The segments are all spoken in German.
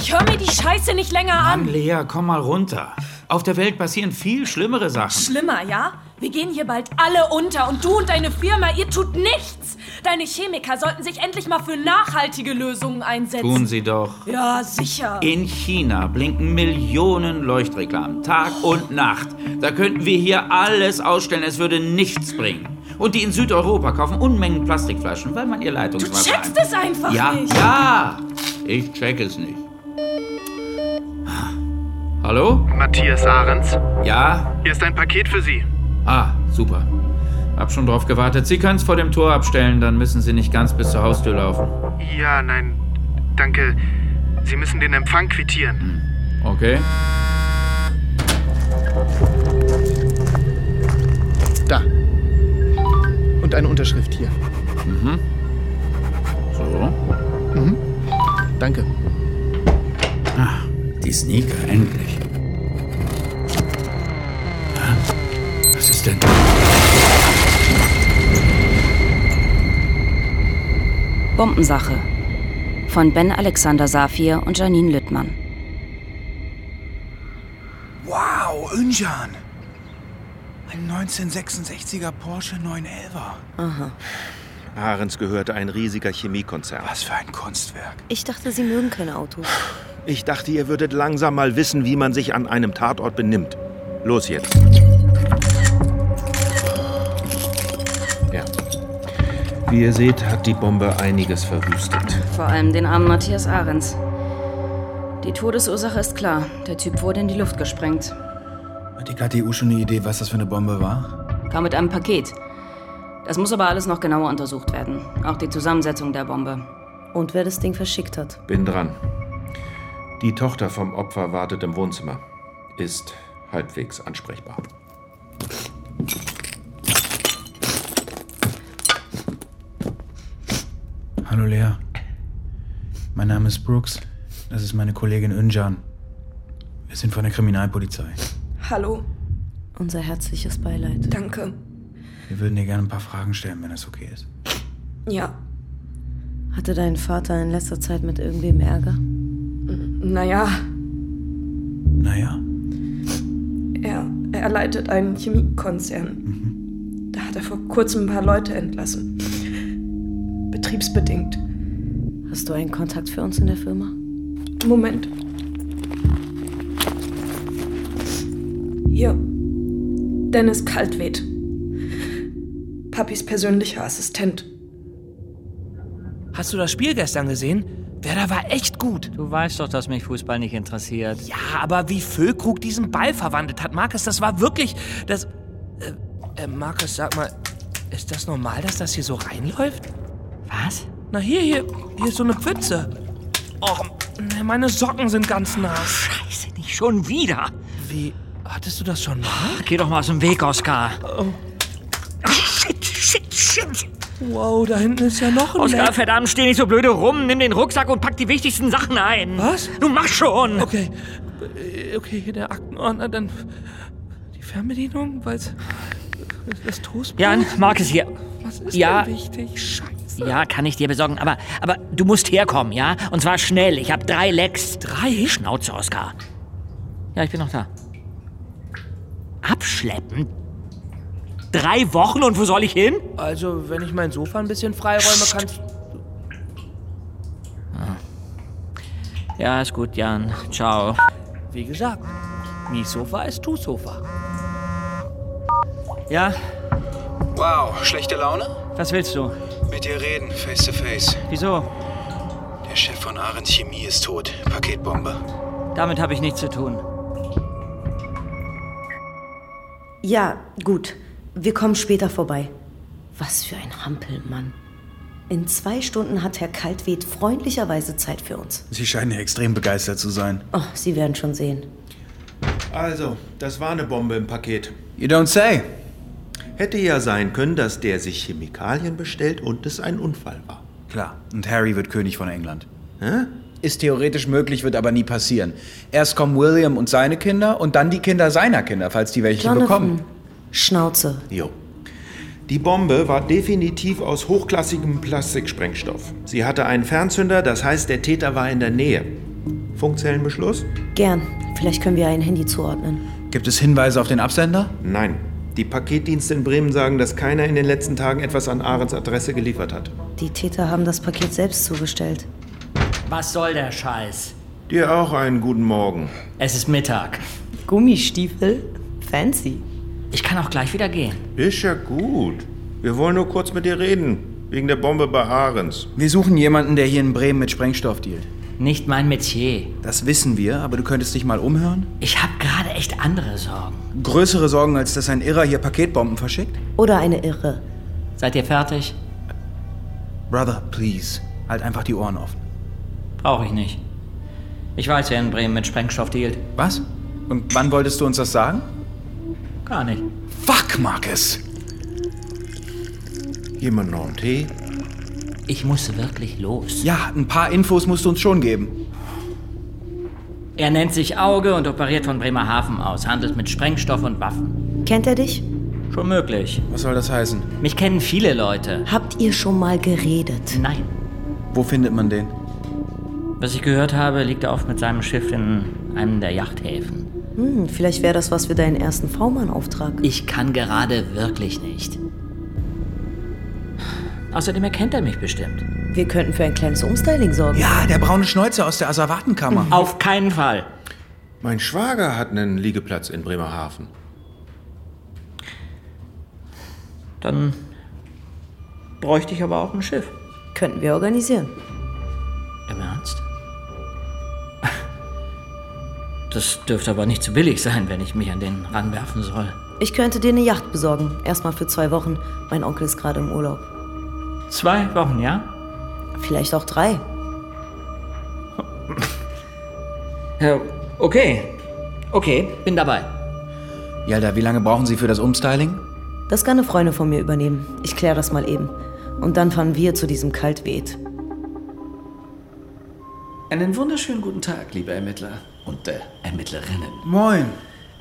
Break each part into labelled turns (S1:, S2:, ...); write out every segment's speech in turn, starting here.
S1: Ich höre mir die Scheiße nicht länger
S2: Mann,
S1: an.
S2: Lea, komm mal runter. Auf der Welt passieren viel schlimmere Sachen.
S1: Schlimmer, ja? Wir gehen hier bald alle unter und du und deine Firma, ihr tut nichts. Deine Chemiker sollten sich endlich mal für nachhaltige Lösungen einsetzen.
S2: Tun sie doch.
S1: Ja, sicher.
S2: In China blinken Millionen Leuchtreklamen, Tag und Nacht. Da könnten wir hier alles ausstellen, es würde nichts bringen. Und die in Südeuropa kaufen Unmengen Plastikflaschen, weil man ihr
S1: Du
S2: Leitungswasser
S1: checkst es einfach
S2: Ja,
S1: nicht.
S2: ja! Ich check es nicht. Hallo?
S3: Matthias Ahrens,
S2: Ja?
S3: hier ist ein Paket für Sie.
S2: Ah, super. Hab schon drauf gewartet. Sie kann's vor dem Tor abstellen, dann müssen Sie nicht ganz bis zur Haustür laufen.
S3: Ja, nein, danke. Sie müssen den Empfang
S4: Hm.
S3: quittieren.
S2: Okay?
S5: Da. Und eine Unterschrift hier.
S2: Mhm. So.
S5: Danke.
S2: Ah, Die Sneaker, endlich. Hä? Was ist denn?
S6: Bombensache von Ben Alexander Safir und Janine Lüttmann.
S7: Wow, Önjan. Ein 1966er Porsche 911er.
S4: Ahrens gehörte ein riesiger Chemiekonzern.
S7: Was für ein Kunstwerk.
S8: Ich dachte, Sie mögen keine Autos.
S4: Ich dachte, ihr würdet langsam mal wissen, wie man sich an einem Tatort benimmt. Los jetzt. Ja. Wie ihr seht, hat die Bombe einiges verwüstet.
S6: Vor allem den armen Matthias Ahrens. Die Todesursache ist klar. Der Typ wurde in die Luft gesprengt.
S7: Hat die KTU schon eine Idee, was das für eine Bombe war?
S6: Kam mit einem Paket. Das muss aber alles noch genauer untersucht werden. Auch die Zusammensetzung der Bombe.
S8: Und wer das Ding verschickt hat.
S4: Bin dran. Die Tochter vom Opfer wartet im Wohnzimmer. Ist halbwegs ansprechbar.
S7: Hallo Lea. Mein Name ist Brooks. Das ist meine Kollegin Önjan. Wir sind von der Kriminalpolizei.
S1: Hallo,
S8: Unser herzliches Beileid.
S1: danke.
S7: Wir würden dir gerne ein paar Fragen stellen, wenn das okay ist.
S1: Ja,
S8: Hatte dein Vater in letzter Zeit mit irgendwem Ärger?
S1: naja,
S7: Naja,
S1: er, er leitet einen Chemiekonzern. Da hat er vor kurzem ein paar Leute entlassen. Betriebsbedingt.
S8: Hast du einen Kontakt für uns in der Firma?
S1: Moment. Hier. Dennis Kaltwed. Papis persönlicher Assistent.
S9: Hast du das Spiel gestern gesehen? Werder war echt gut.
S10: Du weißt doch, dass mich Fußball nicht interessiert.
S9: Ja, aber wie Füllkrug diesen Ball verwandelt hat, Markus, das war wirklich. Das. Äh, äh, Markus, sag mal, ist das normal, dass das hier so reinläuft?
S10: Was?
S9: Na, hier, hier, hier ist so eine Pfütze. Och, ne, meine Socken sind ganz nass.
S10: Scheiße, nicht schon wieder.
S9: Wie. Hattest du das schon mal?
S10: Geh doch mal aus dem Weg, Oskar.
S1: Oh,
S10: Shit, shit, shit.
S9: Wow, da hinten ist ja noch
S1: oh,
S9: ein
S10: Oskar,
S9: Leck.
S10: verdammt, steh nicht so blöde rum. Nimm den Rucksack und pack die wichtigsten Sachen ein.
S9: Was?
S10: Du mach schon.
S9: Okay. Äh, Okay, hier der Aktenordner, dann. Die Fernbedienung, weil's. Das Toastbrot.
S10: Jan, Marc ist hier.
S9: Was ist
S10: Ja.
S9: denn wichtig? Scheiße.
S10: Ja, kann ich dir besorgen, aber, aber du musst herkommen, ja? Und zwar schnell. Ich hab drei Lecks. Drei? Schnauze, Oskar. Ja, ich bin noch da. Abschleppen? Drei Wochen und wo soll ich hin?
S9: Also, wenn ich mein Sofa ein bisschen freiräume, kannst.
S10: Ah. Ja, ist gut, Jan. Ciao.
S9: Wie gesagt, mi Sofa ist tu Sofa.
S10: Ja,
S7: Wow, schlechte Laune?
S10: was willst du?
S7: Mit dir reden, face to face.
S10: Wieso?
S7: Der Chef von Ahrens Chemie ist tot. Paketbombe.
S10: Damit habe ich nichts zu tun.
S8: Ja, gut. Wir kommen später vorbei. Was für ein Hampelmann. In zwei Stunden hat Herr Kaltwed freundlicherweise Zeit für uns.
S7: Sie scheinen ja extrem begeistert zu sein.
S8: Oh, Sie werden schon sehen.
S4: Also, das war eine Bombe im Paket.
S7: You don't say.
S4: Hätte ja sein können, dass der sich Chemikalien bestellt und es ein Unfall war.
S7: Klar, und Harry wird König von England.
S4: Hä?
S11: Ist theoretisch möglich, wird aber nie passieren. Erst kommen William und seine Kinder und dann die Kinder seiner Kinder, falls die welche bekommen.
S8: Schnauze.
S4: Jo. Die Bombe war definitiv aus hochklassigem Plastiksprengstoff. Sie hatte einen Fernzünder, das heißt, der Täter war in der Nähe. Funkzellenbeschluss?
S8: Gern. Vielleicht können wir ein Handy zuordnen.
S4: Gibt es Hinweise auf den Absender? Nein. Die Paketdienste in Bremen sagen, dass keiner in den letzten Tagen etwas an Ahrens Adresse geliefert hat.
S8: Die Täter haben das Paket selbst zugestellt.
S10: Was soll der Scheiß?
S4: Dir auch einen guten Morgen.
S10: Es ist Mittag.
S8: Gummistiefel? Fancy.
S10: Ich kann auch gleich wieder gehen.
S4: Ist ja gut. Wir wollen nur kurz mit dir reden. Wegen der Bombe bei Ahrens.
S7: Wir suchen jemanden, der hier in Bremen mit Sprengstoff dealt.
S10: Nicht mein Metier.
S7: Das wissen wir, aber du könntest dich mal umhören?
S10: Ich habe gerade echt andere Sorgen.
S7: Größere Sorgen, als dass ein Irrer hier Paketbomben verschickt?
S8: Oder eine Irre.
S10: Seid ihr fertig?
S7: Brother, please. Halt einfach die Ohren offen.
S10: Brauche ich nicht. Ich weiß, wer in Bremen mit Sprengstoff dealt.
S7: Was? Und wann wolltest du uns das sagen?
S10: Gar nicht.
S7: Fuck, Marcus!
S4: Jemand noch einen Tee?
S10: Ich muss wirklich los.
S7: Ja, ein paar Infos musst du uns schon geben.
S10: Er nennt sich Auge und operiert von Bremerhaven aus, handelt mit Sprengstoff und Waffen.
S8: Kennt er dich?
S10: Schon möglich.
S7: Was soll das heißen?
S10: Mich kennen viele Leute.
S8: Habt ihr schon mal geredet?
S10: Nein.
S7: Wo findet man den?
S10: Was ich gehört habe, liegt er oft mit seinem Schiff in einem der Yachthäfen.
S8: Hm, vielleicht wäre das was für deinen ersten V-Mann-Auftrag.
S10: Ich kann gerade wirklich nicht. Außerdem erkennt er mich bestimmt.
S8: Wir könnten für ein kleines Umstyling sorgen.
S7: Ja, der braune Schnäuzer aus der Asservatenkammer.
S10: Auf keinen Fall.
S4: Mein Schwager hat einen Liegeplatz in Bremerhaven.
S10: Dann bräuchte ich aber auch ein Schiff.
S8: Könnten wir organisieren.
S10: Im Ernst? Das dürfte aber nicht zu billig sein, wenn ich mich an den ranwerfen soll.
S8: Ich könnte dir eine Yacht besorgen. Erstmal für zwei Wochen. Mein Onkel ist gerade im Urlaub.
S10: Zwei Wochen, ja?
S8: Vielleicht auch drei.
S10: Ja, okay. Okay, bin dabei.
S7: Yalda, wie lange brauchen Sie für das Umstyling?
S8: Das kann eine Freundin von mir übernehmen. Ich kläre das mal eben. Und dann fahren wir zu diesem Kaltweht.
S12: Einen wunderschönen guten Tag, liebe Ermittler und äh, Ermittlerinnen.
S7: Moin.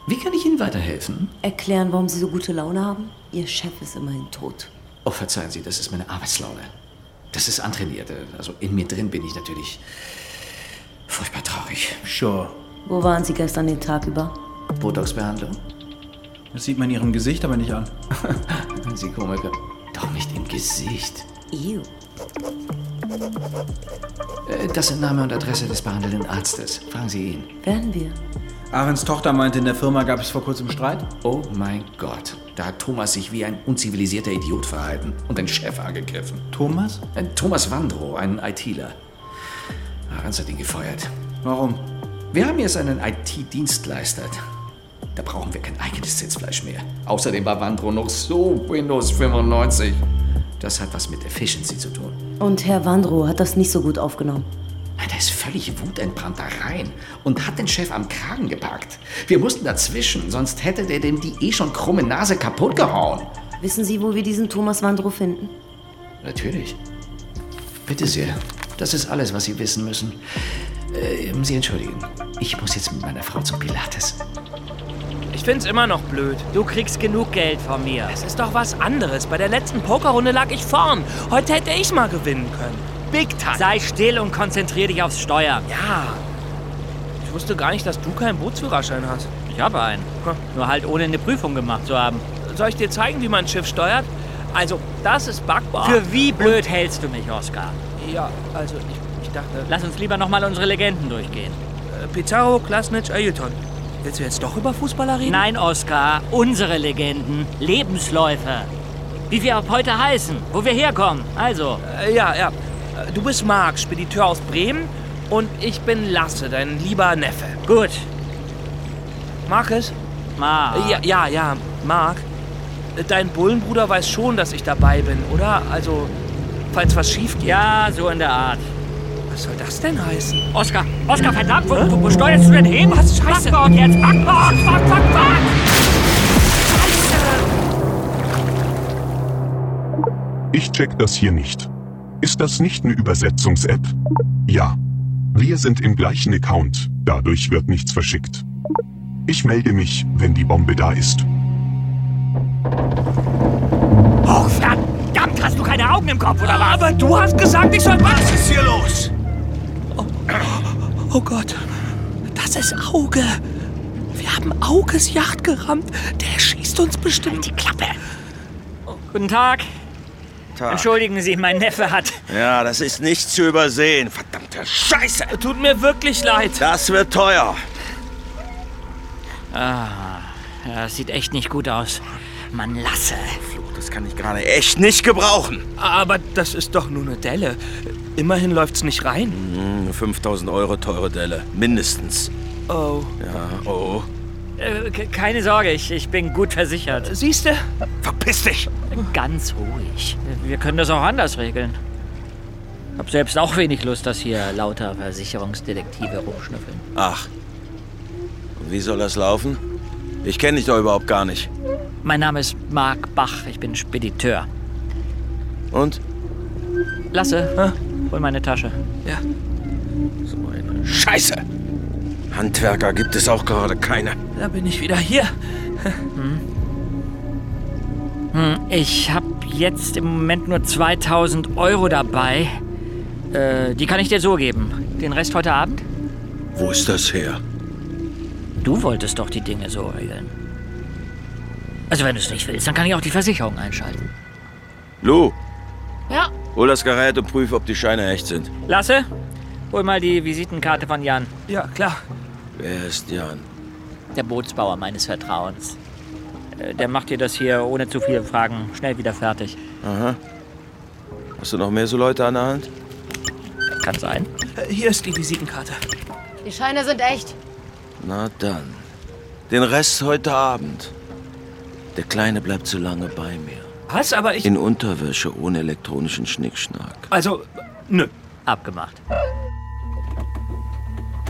S12: Wie kann ich Ihnen weiterhelfen?
S8: Erklären, warum Sie so gute Laune haben? Ihr Chef ist immerhin tot.
S12: Oh, verzeihen Sie, das ist meine Arbeitslaune. Das ist antrainiert. Also in mir drin bin ich natürlich furchtbar traurig.
S7: Sure.
S8: Wo waren Sie gestern den Tag über?
S12: Botox-Behandlung?
S7: Das sieht man Ihrem Gesicht aber nicht an.
S12: Sie Komiker. Doch nicht im Gesicht.
S8: Ew.
S12: Äh, Das sind Name und Adresse des behandelnden Arztes. Fragen Sie ihn.
S8: Werden wir.
S7: Ahrens Tochter meinte, in der Firma gab es vor kurzem Streit.
S12: Oh mein Gott, da hat Thomas sich wie ein unzivilisierter Idiot verhalten und den Chef angegriffen.
S7: Thomas?
S12: Ein Thomas Wandro, ein ITler. Hans hat ihn gefeuert.
S7: Warum?
S12: Wir haben jetzt einen IT-Dienstleister. Da brauchen wir kein eigenes Sitzfleisch mehr. Außerdem war Wandro noch so Windows 95. Das hat was mit Efficiency zu tun.
S8: Und Herr Wandro hat das nicht so gut aufgenommen.
S12: Nein, der Ah, ist völlig wutentbrannt da rein und hat den Chef am Kragen gepackt. Wir mussten dazwischen, sonst hätte der dem die eh schon krumme Nase kaputt gehauen.
S8: Wissen Sie, wo wir diesen Thomas Wandro finden?
S12: Natürlich. Bitte sehr. Das ist alles, was Sie wissen müssen. Äh, Sie entschuldigen. Ich muss jetzt mit meiner Frau zum Pilates.
S9: Ich find's immer noch blöd. Du kriegst genug Geld von mir. Es ist doch was anderes. Bei der letzten Pokerrunde lag ich vorn. Heute hätte ich mal gewinnen können. Big time.
S10: Sei still und konzentrier dich aufs Steuern.
S9: Ja. Ich wusste gar nicht, dass du keinen Bootsführerschein hast.
S10: Ich habe einen. Nur halt ohne eine Prüfung gemacht zu haben.
S9: Soll ich dir zeigen, wie man ein Schiff steuert? Also, das ist backbar.
S10: Für wie blöd hältst du mich, Oskar?
S9: Ja, also, ich, ich dachte...
S10: Lass uns lieber nochmal unsere Legenden durchgehen.
S9: Äh, Pizarro, Klasnitsch, Ailton. Willst du jetzt doch über Fußballer reden?
S10: Nein, Oskar, unsere Legenden, Lebensläufe. Wie wir ab heute heißen, wo wir herkommen. Also,
S9: Äh, ja, ja. Äh, Du bist Marc, Spediteur aus Bremen. Und ich bin Lasse, dein lieber Neffe.
S10: Gut.
S9: Markus?
S10: Marc.
S9: Ja, ja, ja, Marc. Äh, Dein Bullenbruder weiß schon, dass ich dabei bin, oder? Also, falls was schief geht.
S10: Ja, so in der Art.
S9: Was soll das denn heißen?
S10: Oskar, Oskar, verdammt, wo, wo, wo steuerst du denn hin? Was Scheiße? Backbord jetzt, Backbord, fuck, fuck, fuck!
S13: Ich check das hier nicht. Ist das nicht eine Übersetzungs-App? Ja. Wir sind im gleichen Account, dadurch wird nichts verschickt. Ich melde mich, wenn die Bombe da ist.
S10: Oh, verdammt, hast du keine Augen im Kopf, oder was?
S9: Aber du hast gesagt, ich soll... Was ist hier los?
S10: Oh Gott.
S9: Das ist Auge. Wir haben Auges Yacht gerammt. Der schießt uns bestimmt. die Klappe.
S10: Guten Tag.
S14: Tag.
S10: Entschuldigen Sie, mein Neffe hat.
S14: Ja, das ist nicht zu übersehen. Verdammte Scheiße!
S9: Tut mir wirklich leid.
S14: Das wird teuer.
S10: Ah, das sieht echt nicht gut aus. Man lasse.
S14: Das kann ich gerade echt nicht gebrauchen.
S9: Aber das ist doch nur eine Delle. Immerhin läuft's nicht rein.
S14: Hm, 5000 Euro teure Delle. Mindestens.
S9: Oh.
S14: Ja, oh.
S10: Äh, ke- Keine Sorge, ich, ich bin gut versichert.
S9: Siehst du?
S14: Verpiss dich!
S10: Ganz ruhig. Wir können das auch anders regeln. Hab selbst auch wenig Lust, dass hier lauter Versicherungsdetektive rumschnüffeln.
S14: Ach. Und wie soll das laufen? Ich kenne dich doch überhaupt gar nicht.
S10: Mein Name ist Marc Bach, ich bin Spediteur.
S14: Und?
S10: Lasse, hol meine Tasche.
S9: Ja.
S10: So
S14: eine Scheiße! Handwerker gibt es auch gerade keine.
S9: Da bin ich wieder hier.
S10: Hm, ich habe jetzt im Moment nur 2000 Euro dabei. Äh, die kann ich dir so geben. Den Rest heute Abend?
S14: Wo ist das her?
S10: Du wolltest doch die Dinge so regeln. Also wenn du es nicht willst, dann kann ich auch die Versicherung einschalten.
S14: Lou,
S10: Ja.
S14: hol das Gerät und prüf, ob die Scheine echt sind.
S10: Lasse, hol mal die Visitenkarte von Jan.
S9: Ja, klar.
S14: Wer ist Jan?
S10: Der Bootsbauer meines Vertrauens. Äh, Der macht dir das hier ohne zu viele Fragen schnell wieder fertig.
S14: Aha. Hast du noch mehr so Leute an der Hand?
S10: Kann sein.
S9: Äh, Hier ist die Visitenkarte.
S15: Die Scheine sind echt.
S14: Na dann. Den Rest heute Abend. Der Kleine bleibt so lange bei mir.
S9: Was? Aber ich.
S14: In Unterwäsche ohne elektronischen Schnickschnack.
S9: Also, nö.
S10: Abgemacht.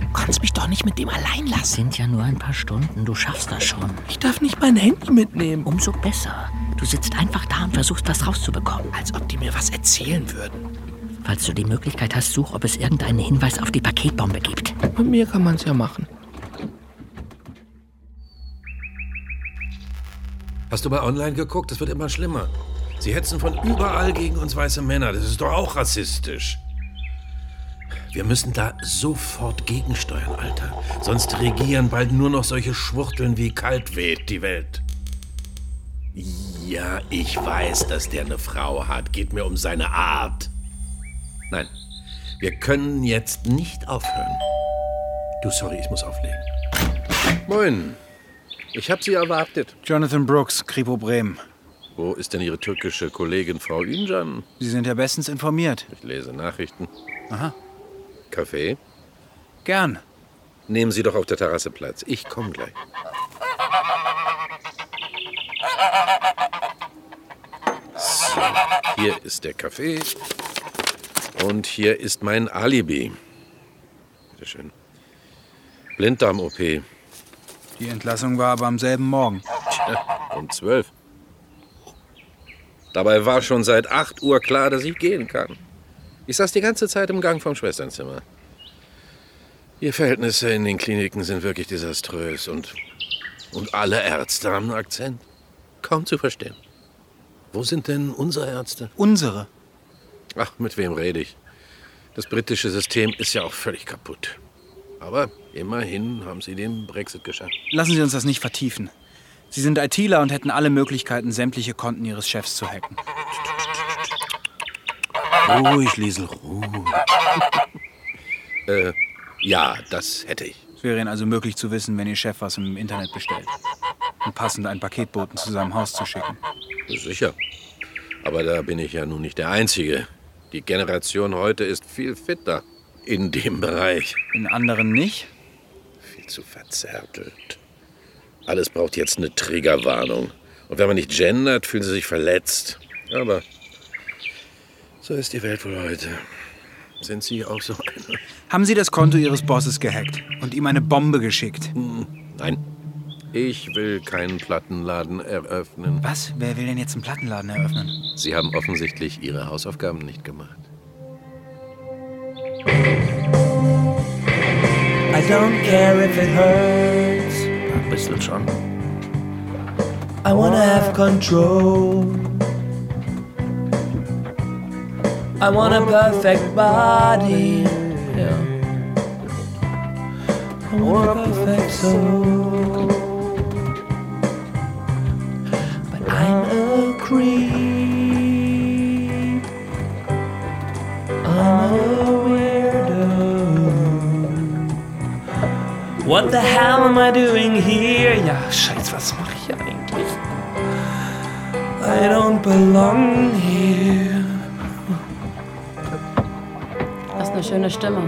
S9: Du kannst mich doch nicht mit dem allein lassen.
S10: Das sind ja nur ein paar Stunden, du schaffst das schon.
S9: Ich darf nicht mein Handy mitnehmen.
S10: Umso besser. Du sitzt einfach da und versuchst was rauszubekommen.
S9: Als ob die mir was erzählen würden.
S10: Falls du die Möglichkeit hast, such, ob es irgendeinen Hinweis auf die Paketbombe gibt.
S9: Mit mir kann man es ja machen.
S16: Hast du mal online geguckt? Das wird immer schlimmer. Sie hetzen von überall gegen uns weiße Männer. Das ist doch auch rassistisch. Wir müssen da sofort gegensteuern, Alter. Sonst regieren bald nur noch solche Schwuchteln wie kalt weht die Welt. Ja, ich weiß, dass der eine Frau hat. Geht mir um seine Art. Nein, wir können jetzt nicht aufhören. Du, sorry, ich muss auflegen.
S17: Moin. Ich habe Sie erwartet.
S7: Jonathan Brooks, Kripo Bremen.
S16: Wo ist denn Ihre türkische Kollegin Frau Injan?
S7: Sie sind ja bestens informiert.
S16: Ich lese Nachrichten.
S7: Aha.
S16: Kaffee?
S7: Gern.
S16: Nehmen Sie doch auf der Terrasse Platz. Ich komme gleich. So, hier ist der Kaffee. Und hier ist mein Alibi. Bitte schön. Blinddarm-OP.
S7: Die Entlassung war aber am selben Morgen.
S16: Tja, um zwölf. Dabei war schon seit 8 Uhr klar, dass ich gehen kann. Ich saß die ganze Zeit im Gang vom Schwesternzimmer. Die Verhältnisse in den Kliniken sind wirklich desaströs und, und alle Ärzte haben einen Akzent. Kaum zu verstehen. Wo sind denn unsere Ärzte?
S7: Unsere.
S16: Ach, mit wem rede ich? Das britische System ist ja auch völlig kaputt. Aber immerhin haben sie den Brexit geschafft.
S7: Lassen Sie uns das nicht vertiefen. Sie sind ITler und hätten alle Möglichkeiten, sämtliche Konten Ihres Chefs zu hacken.
S16: Ruhig, Liesel, ruhig. äh, ja, das hätte ich.
S7: Es wäre Ihnen also möglich zu wissen, wenn Ihr Chef was im Internet bestellt. Und passend einen Paketboten zu seinem Haus zu schicken.
S16: Sicher. Aber da bin ich ja nun nicht der Einzige. Die Generation heute ist viel fitter in dem Bereich.
S7: In anderen nicht?
S16: Viel zu verzärtelt. Alles braucht jetzt eine Triggerwarnung. Und wenn man nicht gendert, fühlen sie sich verletzt. Aber so ist die Welt wohl heute. Sind Sie auch so einer?
S7: Haben Sie das Konto Ihres Bosses gehackt und ihm eine Bombe geschickt?
S16: Nein. Ich will keinen Plattenladen eröffnen.
S7: Was? Wer will denn jetzt einen Plattenladen eröffnen?
S16: Sie haben offensichtlich Ihre Hausaufgaben nicht gemacht.
S18: I don't care if it hurts.
S16: Ein bisschen schon.
S18: I wanna have control. I want a perfect body.
S16: Ja.
S9: or a perfect soul. But I'm a creep. I'm a weirdo. What the hell am I doing here? Ja, scheiß, was mache ich hier eigentlich? I don't belong here.
S19: Das ist eine schöne Stimme.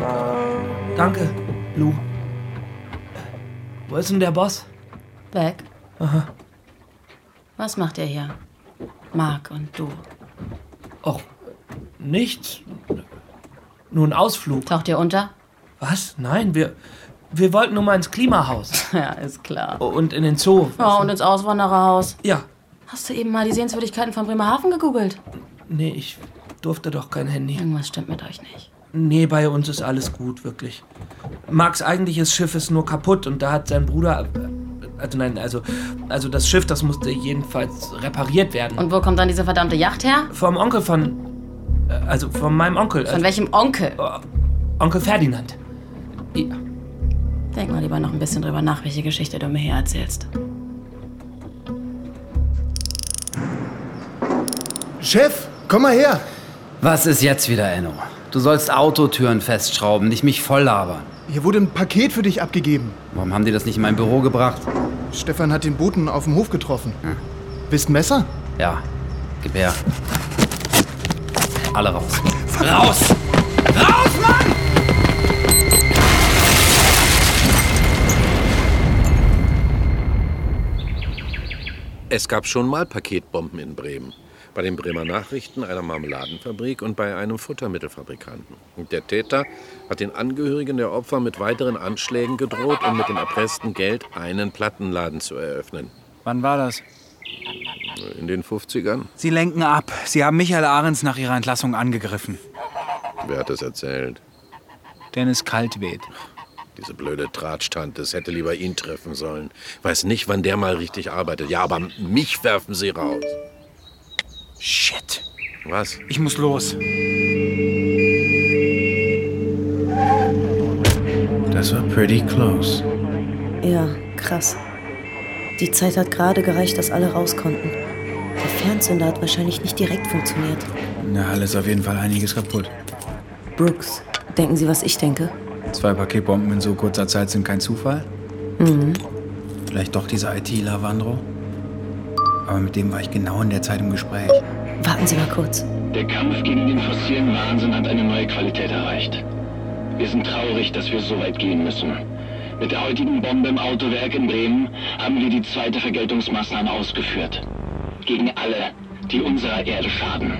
S9: Danke, Lou. Wo ist denn der Boss?
S19: Beck,
S9: Aha.
S19: was macht ihr hier? Mark und du.
S9: Och, nichts. Nur ein Ausflug.
S19: Taucht ihr unter?
S9: Was? Nein, wir, wir wollten nur mal ins Klimahaus. Oh,
S19: ja, ist klar.
S9: Und in den Zoo.
S19: Ja, und ins Auswandererhaus.
S9: Ja.
S19: Hast du eben mal die Sehenswürdigkeiten von Bremerhaven gegoogelt?
S9: Nee, ich durfte doch kein Handy.
S19: Irgendwas stimmt mit euch nicht.
S9: Nee, bei uns ist alles gut, wirklich. Max eigentliches Schiff ist nur kaputt und da hat sein Bruder. Also nein, also, also das Schiff, das musste jedenfalls repariert werden.
S19: Und wo kommt dann diese verdammte Yacht her?
S9: Vom Onkel von. äh, Also von meinem Onkel.
S19: Von welchem Onkel?
S9: Onkel Ferdinand.
S19: Denk mal lieber noch ein bisschen drüber nach, welche Geschichte du mir hier erzählst.
S20: Chef, komm mal her. Was ist jetzt wieder, Enno? Du sollst Autotüren festschrauben, nicht mich voll labern.
S21: Hier wurde ein Paket für dich abgegeben.
S20: Warum haben die das nicht in mein Büro gebracht?
S21: Stefan hat den Boten auf dem Hof getroffen. Bist Messer?
S20: Ja, gib her. Alle raus. Raus! Raus, Mann!
S16: Es gab schon mal Paketbomben in Bremen. Bei den Bremer Nachrichten, einer Marmeladenfabrik und bei einem Futtermittelfabrikanten. Und der Täter hat den Angehörigen der Opfer mit weiteren Anschlägen gedroht, um mit dem erpressten Geld einen Plattenladen zu eröffnen.
S7: Wann war das?
S16: In den 50ern.
S7: Sie lenken ab. Sie haben Michael Ahrens nach ihrer Entlassung angegriffen.
S16: Wer hat das erzählt?
S7: Dennis Kaltwed.
S16: Diese blöde Drahtschtante, das hätte lieber ihn treffen sollen. Weiß nicht, wann der mal richtig arbeitet. Ja, aber mich werfen sie raus.
S7: Shit.
S16: Was?
S7: Ich muss los. Das war pretty close.
S8: Ja, krass. Die Zeit hat gerade gereicht, dass alle raus konnten. Der Fernzünder hat wahrscheinlich nicht direkt funktioniert.
S7: In der Halle ist auf jeden Fall einiges kaputt.
S8: Brooks, denken Sie, was ich denke?
S7: Zwei Paketbomben in so kurzer Zeit sind kein Zufall.
S8: Mhm.
S7: Vielleicht doch dieser ITler Wandro. Aber mit dem war ich genau in der Zeit im Gespräch.
S8: Warten Sie mal kurz.
S2: Der Kampf gegen den fossilen Wahnsinn hat eine neue Qualität erreicht. Wir sind traurig, dass wir so weit gehen müssen. Mit der heutigen Bombe im Autowerk in Bremen haben wir die zweite Vergeltungsmaßnahme ausgeführt. Gegen alle, die unserer Erde schaden.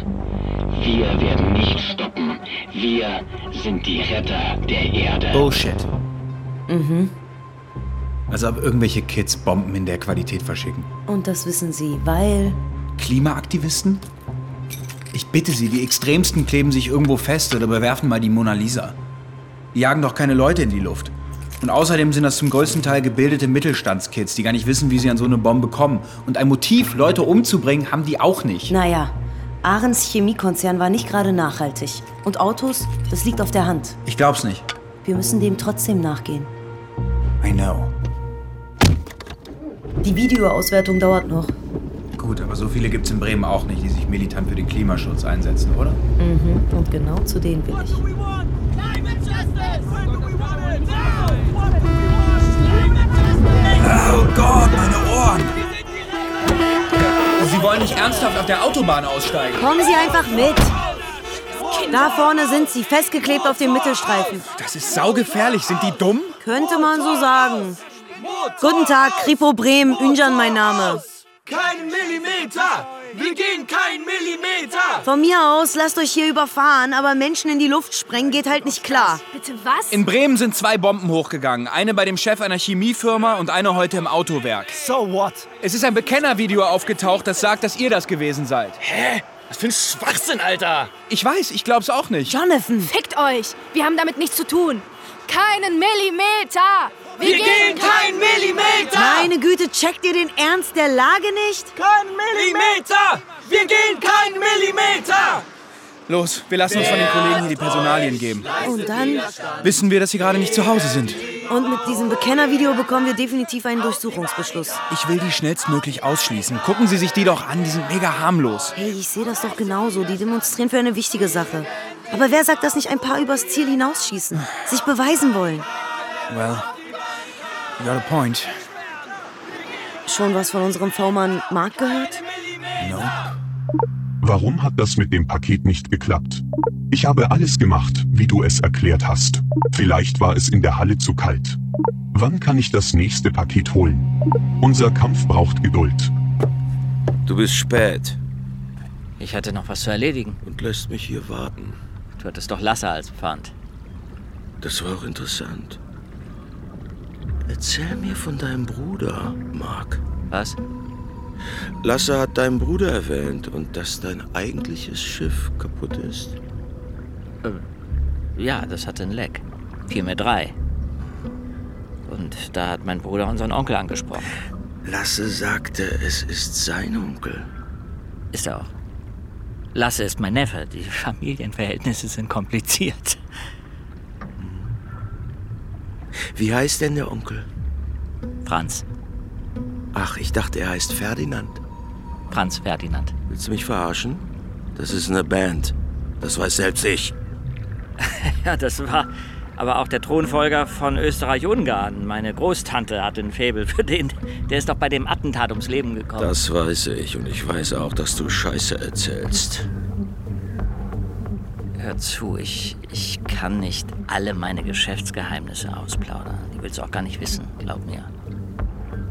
S2: Wir werden nicht stoppen. Wir sind die Retter der Erde.
S7: Bullshit.
S8: Mhm.
S7: Als ob irgendwelche Kids Bomben in der Qualität verschicken.
S8: Und das wissen Sie, weil.
S7: Klimaaktivisten? Ich bitte Sie, die Extremsten kleben sich irgendwo fest oder bewerfen mal die Mona Lisa. Die jagen doch keine Leute in die Luft. Und außerdem sind das zum größten Teil gebildete Mittelstandskids, die gar nicht wissen, wie sie an so eine Bombe kommen. Und ein Motiv, Leute umzubringen, haben die auch nicht.
S8: Naja, Ahrens Chemiekonzern war nicht gerade nachhaltig. Und Autos, das liegt auf der Hand.
S7: Ich glaub's nicht.
S8: Wir müssen dem trotzdem nachgehen.
S7: I know.
S8: Die Videoauswertung dauert noch.
S7: Gut, aber so viele gibt's in Bremen auch nicht, die sich militant für den Klimaschutz einsetzen, oder?
S8: Mhm. Und genau zu denen will ich.
S22: Oh Gott, meine Ohren! Sie wollen nicht ernsthaft auf der Autobahn aussteigen.
S8: Kommen Sie einfach mit! Da vorne sind sie, festgeklebt auf dem Mittelstreifen.
S22: Das ist saugefährlich. Sind die dumm?
S8: Könnte man so sagen. Guten Tag, Kripo Bremen, Ünjan mein Name.
S9: Kein Millimeter! Wir gehen kein Millimeter!
S8: Von mir aus, lasst euch hier überfahren, aber Menschen in die Luft sprengen geht halt nicht klar.
S23: Bitte was?
S22: In Bremen sind zwei Bomben hochgegangen. Eine bei dem Chef einer Chemiefirma und eine heute im Autowerk. So what? Es ist ein Bekennervideo aufgetaucht, das sagt, dass ihr das gewesen seid. Hä? Was für ein Schwachsinn, Alter! Ich weiß, ich glaub's auch nicht.
S8: Jonathan!
S3: Fickt euch! Wir haben damit nichts zu tun. Keinen Millimeter!
S9: Wir gehen keinen Millimeter!
S8: Meine Güte, checkt ihr den Ernst der Lage nicht?
S9: Kein Millimeter! Wir gehen kein Millimeter!
S22: Los, wir lassen uns von den Kollegen hier die Personalien geben.
S8: Und dann?
S22: Wissen wir, dass sie gerade nicht zu Hause sind.
S8: Und mit diesem Bekennervideo bekommen wir definitiv einen Durchsuchungsbeschluss.
S7: Ich will die schnellstmöglich ausschließen. Gucken Sie sich die doch an, die sind mega harmlos.
S8: Hey, ich sehe das doch genauso. Die demonstrieren für eine wichtige Sache. Aber wer sagt, dass nicht ein paar übers Ziel hinausschießen, sich beweisen wollen?
S7: Well, you got a point.
S8: Schon was von unserem V-Mann Mark gehört?
S13: Warum hat das mit dem Paket nicht geklappt? Ich habe alles gemacht, wie du es erklärt hast. Vielleicht war es in der Halle zu kalt. Wann kann ich das nächste Paket holen? Unser Kampf braucht Geduld.
S14: Du bist spät.
S10: Ich hatte noch was zu erledigen.
S14: Und lässt mich hier warten.
S10: Du hattest doch Lasse als Pfand.
S14: Das war auch interessant. Erzähl mir von deinem Bruder, Mark.
S10: Was?
S14: Lasse hat deinen Bruder erwähnt und dass dein eigentliches Schiff kaputt ist.
S10: Äh, ja, das hatte ein Leck. Vielmehr drei. Und da hat mein Bruder unseren Onkel angesprochen.
S14: Lasse sagte, es ist sein Onkel.
S10: Ist er auch. Lasse ist mein Neffe. Die Familienverhältnisse sind kompliziert.
S14: Hm. Wie heißt denn der Onkel?
S10: Franz.
S14: Ach, ich dachte, er heißt Ferdinand.
S10: Franz Ferdinand.
S14: Willst du mich verarschen? Das ist eine Band. Das weiß selbst ich.
S10: Ja, das war aber auch der Thronfolger von Österreich-Ungarn. Meine Großtante hatte ein Faible für den. Der ist doch bei dem Attentat ums Leben gekommen.
S14: Das weiß ich und ich weiß auch, dass du Scheiße erzählst.
S10: Hör zu, ich, ich kann nicht alle meine Geschäftsgeheimnisse ausplaudern. Die willst du auch gar nicht wissen, glaub mir.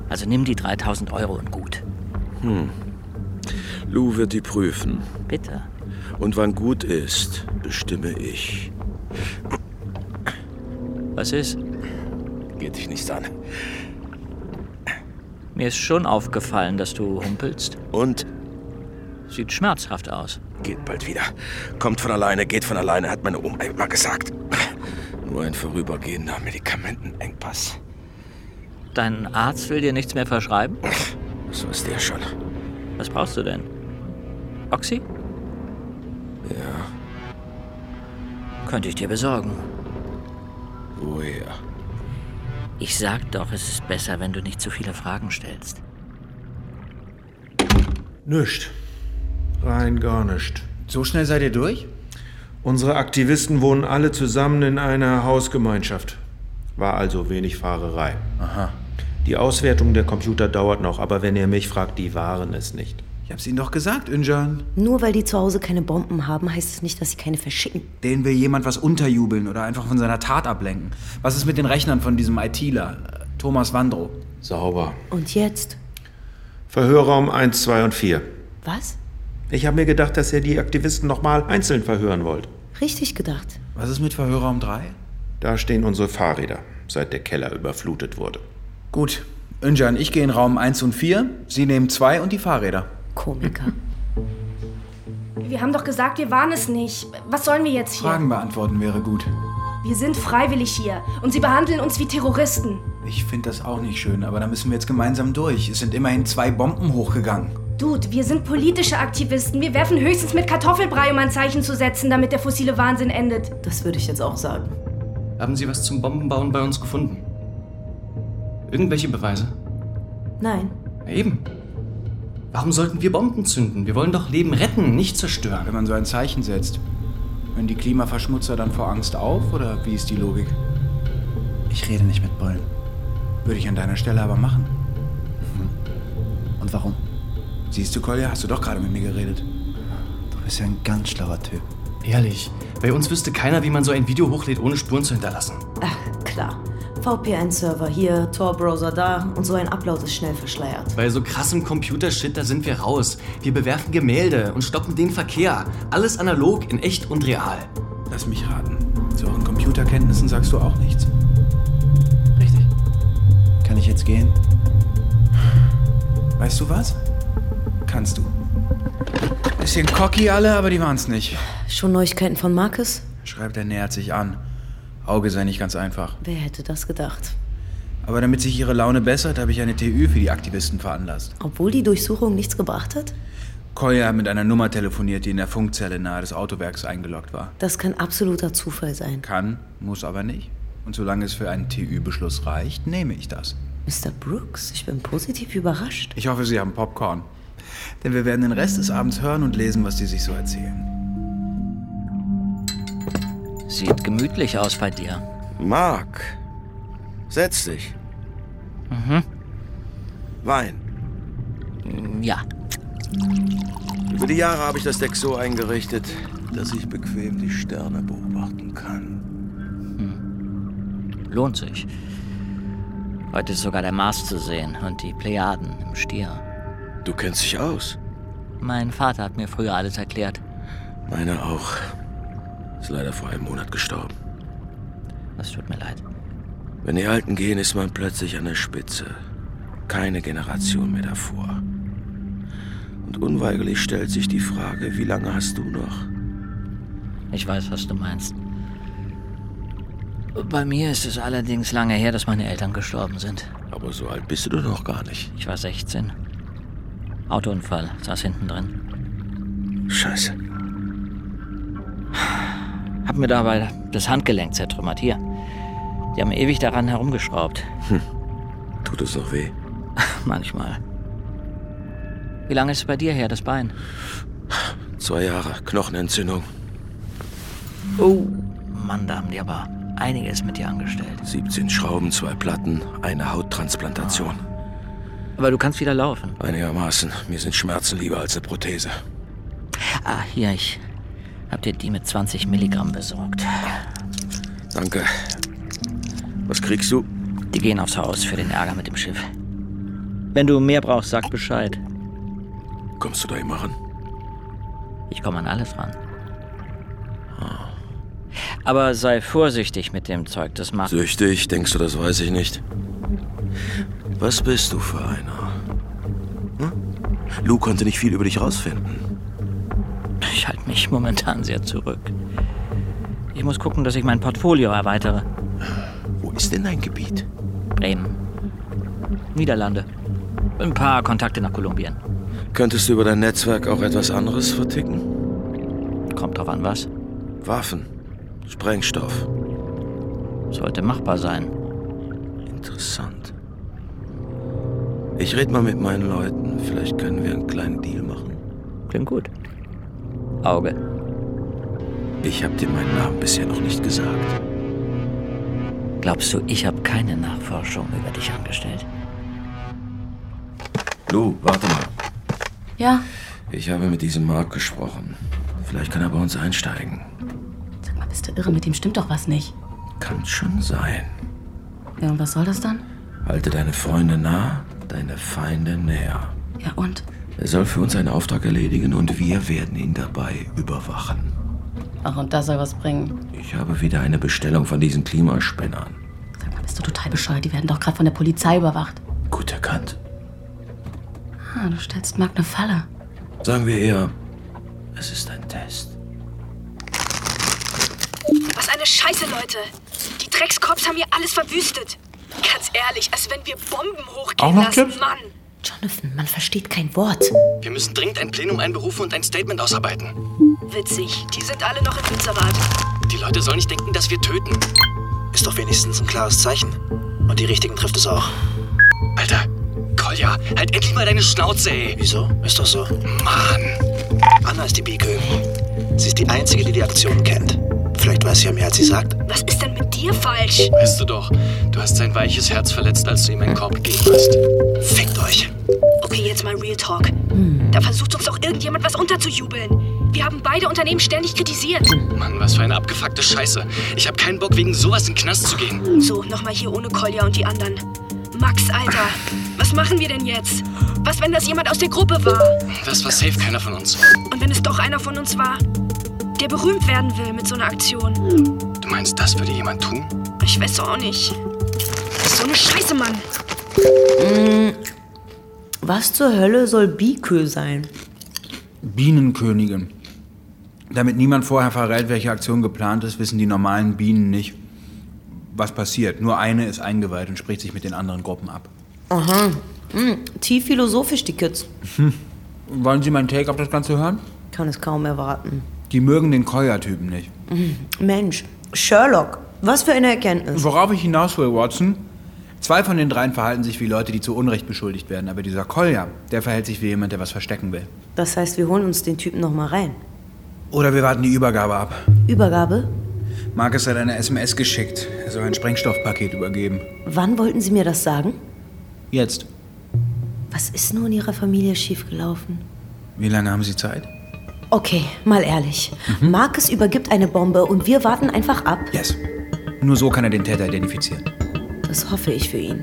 S10: Also nimm die 3000 Euro und gut.
S14: Hm. Lou wird die prüfen.
S10: Bitte.
S14: Und wann gut ist, bestimme ich.
S10: Was ist?
S14: Geht dich nichts an.
S10: Mir ist schon aufgefallen, dass du humpelst.
S14: Und?
S10: Sieht schmerzhaft aus.
S14: Geht bald wieder. Kommt von alleine, geht von alleine, hat meine Oma immer gesagt. Nur ein vorübergehender Medikamentenengpass.
S10: Dein Arzt will dir nichts mehr verschreiben?
S14: So ist der schon.
S10: Was brauchst du denn? Oxy?
S14: Ja.
S10: Könnte ich dir besorgen.
S14: Woher?
S10: Ich sag doch, es ist besser, wenn du nicht zu viele Fragen stellst.
S4: Nüscht. Rein gar nicht.
S7: So schnell seid ihr durch?
S4: Unsere Aktivisten wohnen alle zusammen in einer Hausgemeinschaft. War also wenig Fahrerei.
S7: Aha.
S4: Die Auswertung der Computer dauert noch, aber wenn ihr mich fragt, die waren es nicht.
S7: Ich hab's Ihnen doch gesagt, Injan.
S8: Nur weil die zu Hause keine Bomben haben, heißt es nicht, dass sie keine verschicken.
S7: Denen will jemand was unterjubeln oder einfach von seiner Tat ablenken. Was ist mit den Rechnern von diesem ITler, äh, Thomas Wandro?
S4: Sauber.
S8: Und jetzt?
S4: Verhörraum 1, 2 und 4.
S8: Was?
S4: Ich habe mir gedacht, dass ihr die Aktivisten nochmal einzeln verhören wollt.
S8: Richtig gedacht.
S7: Was ist mit Verhörraum 3?
S4: Da stehen unsere Fahrräder, seit der Keller überflutet wurde.
S7: Gut. Injan, ich gehe in Raum 1 und 4. Sie nehmen 2 und die Fahrräder.
S8: Komiker.
S24: Wir haben doch gesagt, wir waren es nicht. Was sollen wir jetzt hier?
S7: Fragen beantworten wäre gut.
S24: Wir sind freiwillig hier und sie behandeln uns wie Terroristen.
S7: Ich finde das auch nicht schön, aber da müssen wir jetzt gemeinsam durch. Es sind immerhin zwei Bomben hochgegangen.
S24: Dude, wir sind politische Aktivisten. Wir werfen höchstens mit Kartoffelbrei, um ein Zeichen zu setzen, damit der fossile Wahnsinn endet.
S8: Das würde ich jetzt auch sagen.
S2: Haben Sie was zum Bombenbauen bei uns gefunden? Irgendwelche Beweise?
S8: Nein.
S2: Eben. Warum sollten wir Bomben zünden? Wir wollen doch Leben retten, nicht zerstören.
S7: Wenn man so ein Zeichen setzt, hören die Klimaverschmutzer dann vor Angst auf oder wie ist die Logik? Ich rede nicht mit Bullen. Würde ich an deiner Stelle aber machen. Mhm.
S25: Und warum?
S7: Siehst du, Kolja, hast du doch gerade mit mir geredet.
S25: Du bist ja ein ganz schlauer Typ.
S2: Ehrlich, bei uns wüsste keiner, wie man so ein Video hochlädt, ohne Spuren zu hinterlassen.
S8: Ach, klar. VPN-Server hier, Tor-Browser da und so ein Upload ist schnell verschleiert.
S2: Bei so krassem Computershit, da sind wir raus. Wir bewerfen Gemälde und stoppen den Verkehr. Alles analog, in echt und real.
S7: Lass mich raten. Zu euren Computerkenntnissen sagst du auch nichts.
S2: Richtig.
S7: Kann ich jetzt gehen? Weißt du was? Kannst du. Bisschen cocky alle, aber die waren's nicht.
S8: Schon Neuigkeiten von Marcus?
S7: Schreibt, er nähert sich an. Auge sei nicht ganz einfach.
S8: Wer hätte das gedacht?
S7: Aber damit sich ihre Laune bessert, habe ich eine TÜ für die Aktivisten veranlasst.
S8: Obwohl die Durchsuchung nichts gebracht hat?
S7: Kolja hat mit einer Nummer telefoniert, die in der Funkzelle nahe des Autowerks eingeloggt war.
S8: Das kann absoluter Zufall sein.
S7: Kann, muss aber nicht. Und solange es für einen TÜ-Beschluss reicht, nehme ich das.
S8: Mr. Brooks, ich bin positiv überrascht.
S7: Ich hoffe, Sie haben Popcorn. Denn wir werden den Rest des Abends hören und lesen, was die sich so erzählen.
S10: Sieht gemütlich aus bei dir.
S14: Mark, setz dich.
S10: Mhm.
S14: Wein.
S10: Mm, Ja.
S14: Über die Jahre habe ich das Deck so eingerichtet, dass ich bequem die Sterne beobachten kann.
S10: Lohnt sich. Heute ist sogar der Mars zu sehen und die Plejaden im Stier.
S14: Du kennst dich aus.
S10: Mein Vater hat mir früher alles erklärt.
S14: Meiner auch. Ist leider vor einem Monat gestorben.
S10: Das tut mir leid.
S14: Wenn die Alten gehen, ist man plötzlich an der Spitze. Keine Generation mehr davor. Und unweigerlich stellt sich die Frage, wie lange hast du noch?
S10: Ich weiß, was du meinst. Bei mir ist es allerdings lange her, dass meine Eltern gestorben sind.
S14: Aber so alt bist du doch gar nicht.
S10: Ich war 16. Autounfall, saß hinten drin.
S14: Scheiße.
S10: Hab mir dabei das Handgelenk zertrümmert. Hier. Die haben ewig daran herumgeschraubt.
S14: Hm. Tut es noch weh?
S10: Manchmal. Wie lange ist es bei dir her, das Bein?
S14: Zwei Jahre, Knochenentzündung.
S10: Oh, Mann, da haben die aber einiges mit dir angestellt.
S14: 17 Schrauben, zwei Platten, eine Hauttransplantation.
S10: Aber du kannst wieder laufen.
S14: Einigermaßen. Mir sind Schmerzen lieber als eine Prothese.
S10: Ah, hier, ich hab dir die mit 20 Milligramm besorgt.
S14: Danke. Was kriegst du?
S10: Die gehen aufs Haus für den Ärger mit dem Schiff. Wenn du mehr brauchst, sag Bescheid.
S14: Kommst du da immer ran?
S10: Ich komme an alles ran. Aber sei vorsichtig mit dem Zeug, das macht.
S14: Süchtig, denkst du, das weiß ich nicht? Was bist du für einer? Hm? Lou konnte nicht viel über dich rausfinden.
S10: Ich halte mich momentan sehr zurück. Ich muss gucken, dass ich mein Portfolio erweitere.
S14: Wo ist denn dein Gebiet?
S10: Bremen. Niederlande. Ein paar Kontakte nach Kolumbien.
S14: Könntest du über dein Netzwerk auch etwas anderes verticken?
S10: Kommt drauf an, was?
S14: Waffen, Sprengstoff.
S10: Sollte machbar sein.
S14: Interessant. Ich rede mal mit meinen Leuten. Vielleicht können wir einen kleinen Deal machen.
S10: Klingt gut. Auge.
S14: Ich habe dir meinen Namen bisher noch nicht gesagt.
S10: Glaubst du, ich habe keine Nachforschung über dich angestellt?
S14: Lou, warte mal.
S19: Ja,
S14: Ich habe mit diesem Mark gesprochen. Vielleicht kann er bei uns einsteigen.
S19: sag mal, bist du irre? Mit dem stimmt doch was nicht.
S14: Kann schon sein.
S19: Ja, und was soll das dann?
S14: Halte deine Freunde nah, deine Feinde näher.
S19: Ja, und?
S14: Er soll für uns einen Auftrag erledigen und wir werden ihn dabei überwachen.
S19: Ach, und das soll was bringen.
S14: Ich habe wieder eine Bestellung von diesen Klimaspennern.
S19: Da bist du total bescheuert. Die werden doch gerade von der Polizei überwacht.
S14: Gut erkannt.
S19: Ah, du stellst Mark eine Falle.
S14: Sagen wir eher, es ist ein Test.
S3: Was eine Scheiße, Leute. Die Dreckskorps haben hier alles verwüstet. Ganz ehrlich, als wenn wir Bomben hochgehen
S8: Auch noch
S3: lassen.
S8: Clips?
S3: Mann,
S8: Jonathan, man versteht kein Wort.
S6: Wir müssen dringend ein Plenum einberufen und ein Statement ausarbeiten.
S3: witzig. Die sind alle noch im Münsterwald.
S6: Die Leute sollen nicht denken, dass wir töten. Ist doch wenigstens ein klares Zeichen. Und die richtigen trifft es auch. Alter, Kolja, halt endlich mal deine Schnauze, ey. Wieso? Ist doch so. Mann. Anna ist die Bieke. Sie ist die Einzige, die die Aktion kennt. Vielleicht weiß sie ja mehr, als sie sagt.
S3: Was ist denn mit dir falsch?
S6: Weißt du doch, du hast sein weiches Herz verletzt, als du ihm einen Korb gegeben hast. Fickt euch.
S3: Okay, jetzt mal Real Talk. Da versucht uns doch irgendjemand was unterzujubeln. Wir haben beide Unternehmen ständig kritisiert.
S6: Mann, was für eine abgefuckte Scheiße. Ich hab keinen Bock, wegen sowas in den Knast zu gehen.
S3: So, nochmal hier ohne Kolja und die anderen. Max, Alter, was machen wir denn jetzt? Was, wenn das jemand aus der Gruppe war?
S6: Das war safe keiner von uns.
S3: Und wenn es doch einer von uns war, der berühmt werden will mit so einer Aktion?
S6: Du meinst, das würde jemand tun?
S3: Ich weiß doch auch nicht. So eine Scheiße, Mann.
S8: Mm, Was zur Hölle soll Bikö sein?
S7: Bienenkönigin. Damit niemand vorher verrät, welche Aktion geplant ist, wissen die normalen Bienen nicht, was passiert. Nur eine ist eingeweiht und spricht sich mit den anderen Gruppen ab.
S8: Aha. Hm, tief philosophisch, die Kids.
S7: Hm. Wollen Sie meinen Take auf das Ganze hören?
S8: Kann es kaum erwarten.
S7: Die mögen den Keuer-Typen nicht.
S8: Mhm. Mensch, Sherlock. Was für eine Erkenntnis.
S7: Worauf ich hinaus will, Watson? Zwei von den dreien verhalten sich wie Leute, die zu Unrecht beschuldigt werden, aber dieser Collier, der verhält sich wie jemand, der was verstecken will.
S8: Das heißt, wir holen uns den Typen nochmal rein.
S7: Oder wir warten die Übergabe ab.
S8: Übergabe?
S7: Marcus hat eine SMS geschickt. Er soll ein Sprengstoffpaket übergeben.
S8: Wann wollten Sie mir das sagen?
S7: Jetzt.
S8: Was ist nur in Ihrer Familie schiefgelaufen?
S7: Wie lange haben Sie Zeit?
S8: Okay, mal ehrlich. Marcus übergibt eine Bombe und wir warten einfach ab.
S7: Yes. Nur so kann er den Täter identifizieren.
S8: Das hoffe ich für ihn.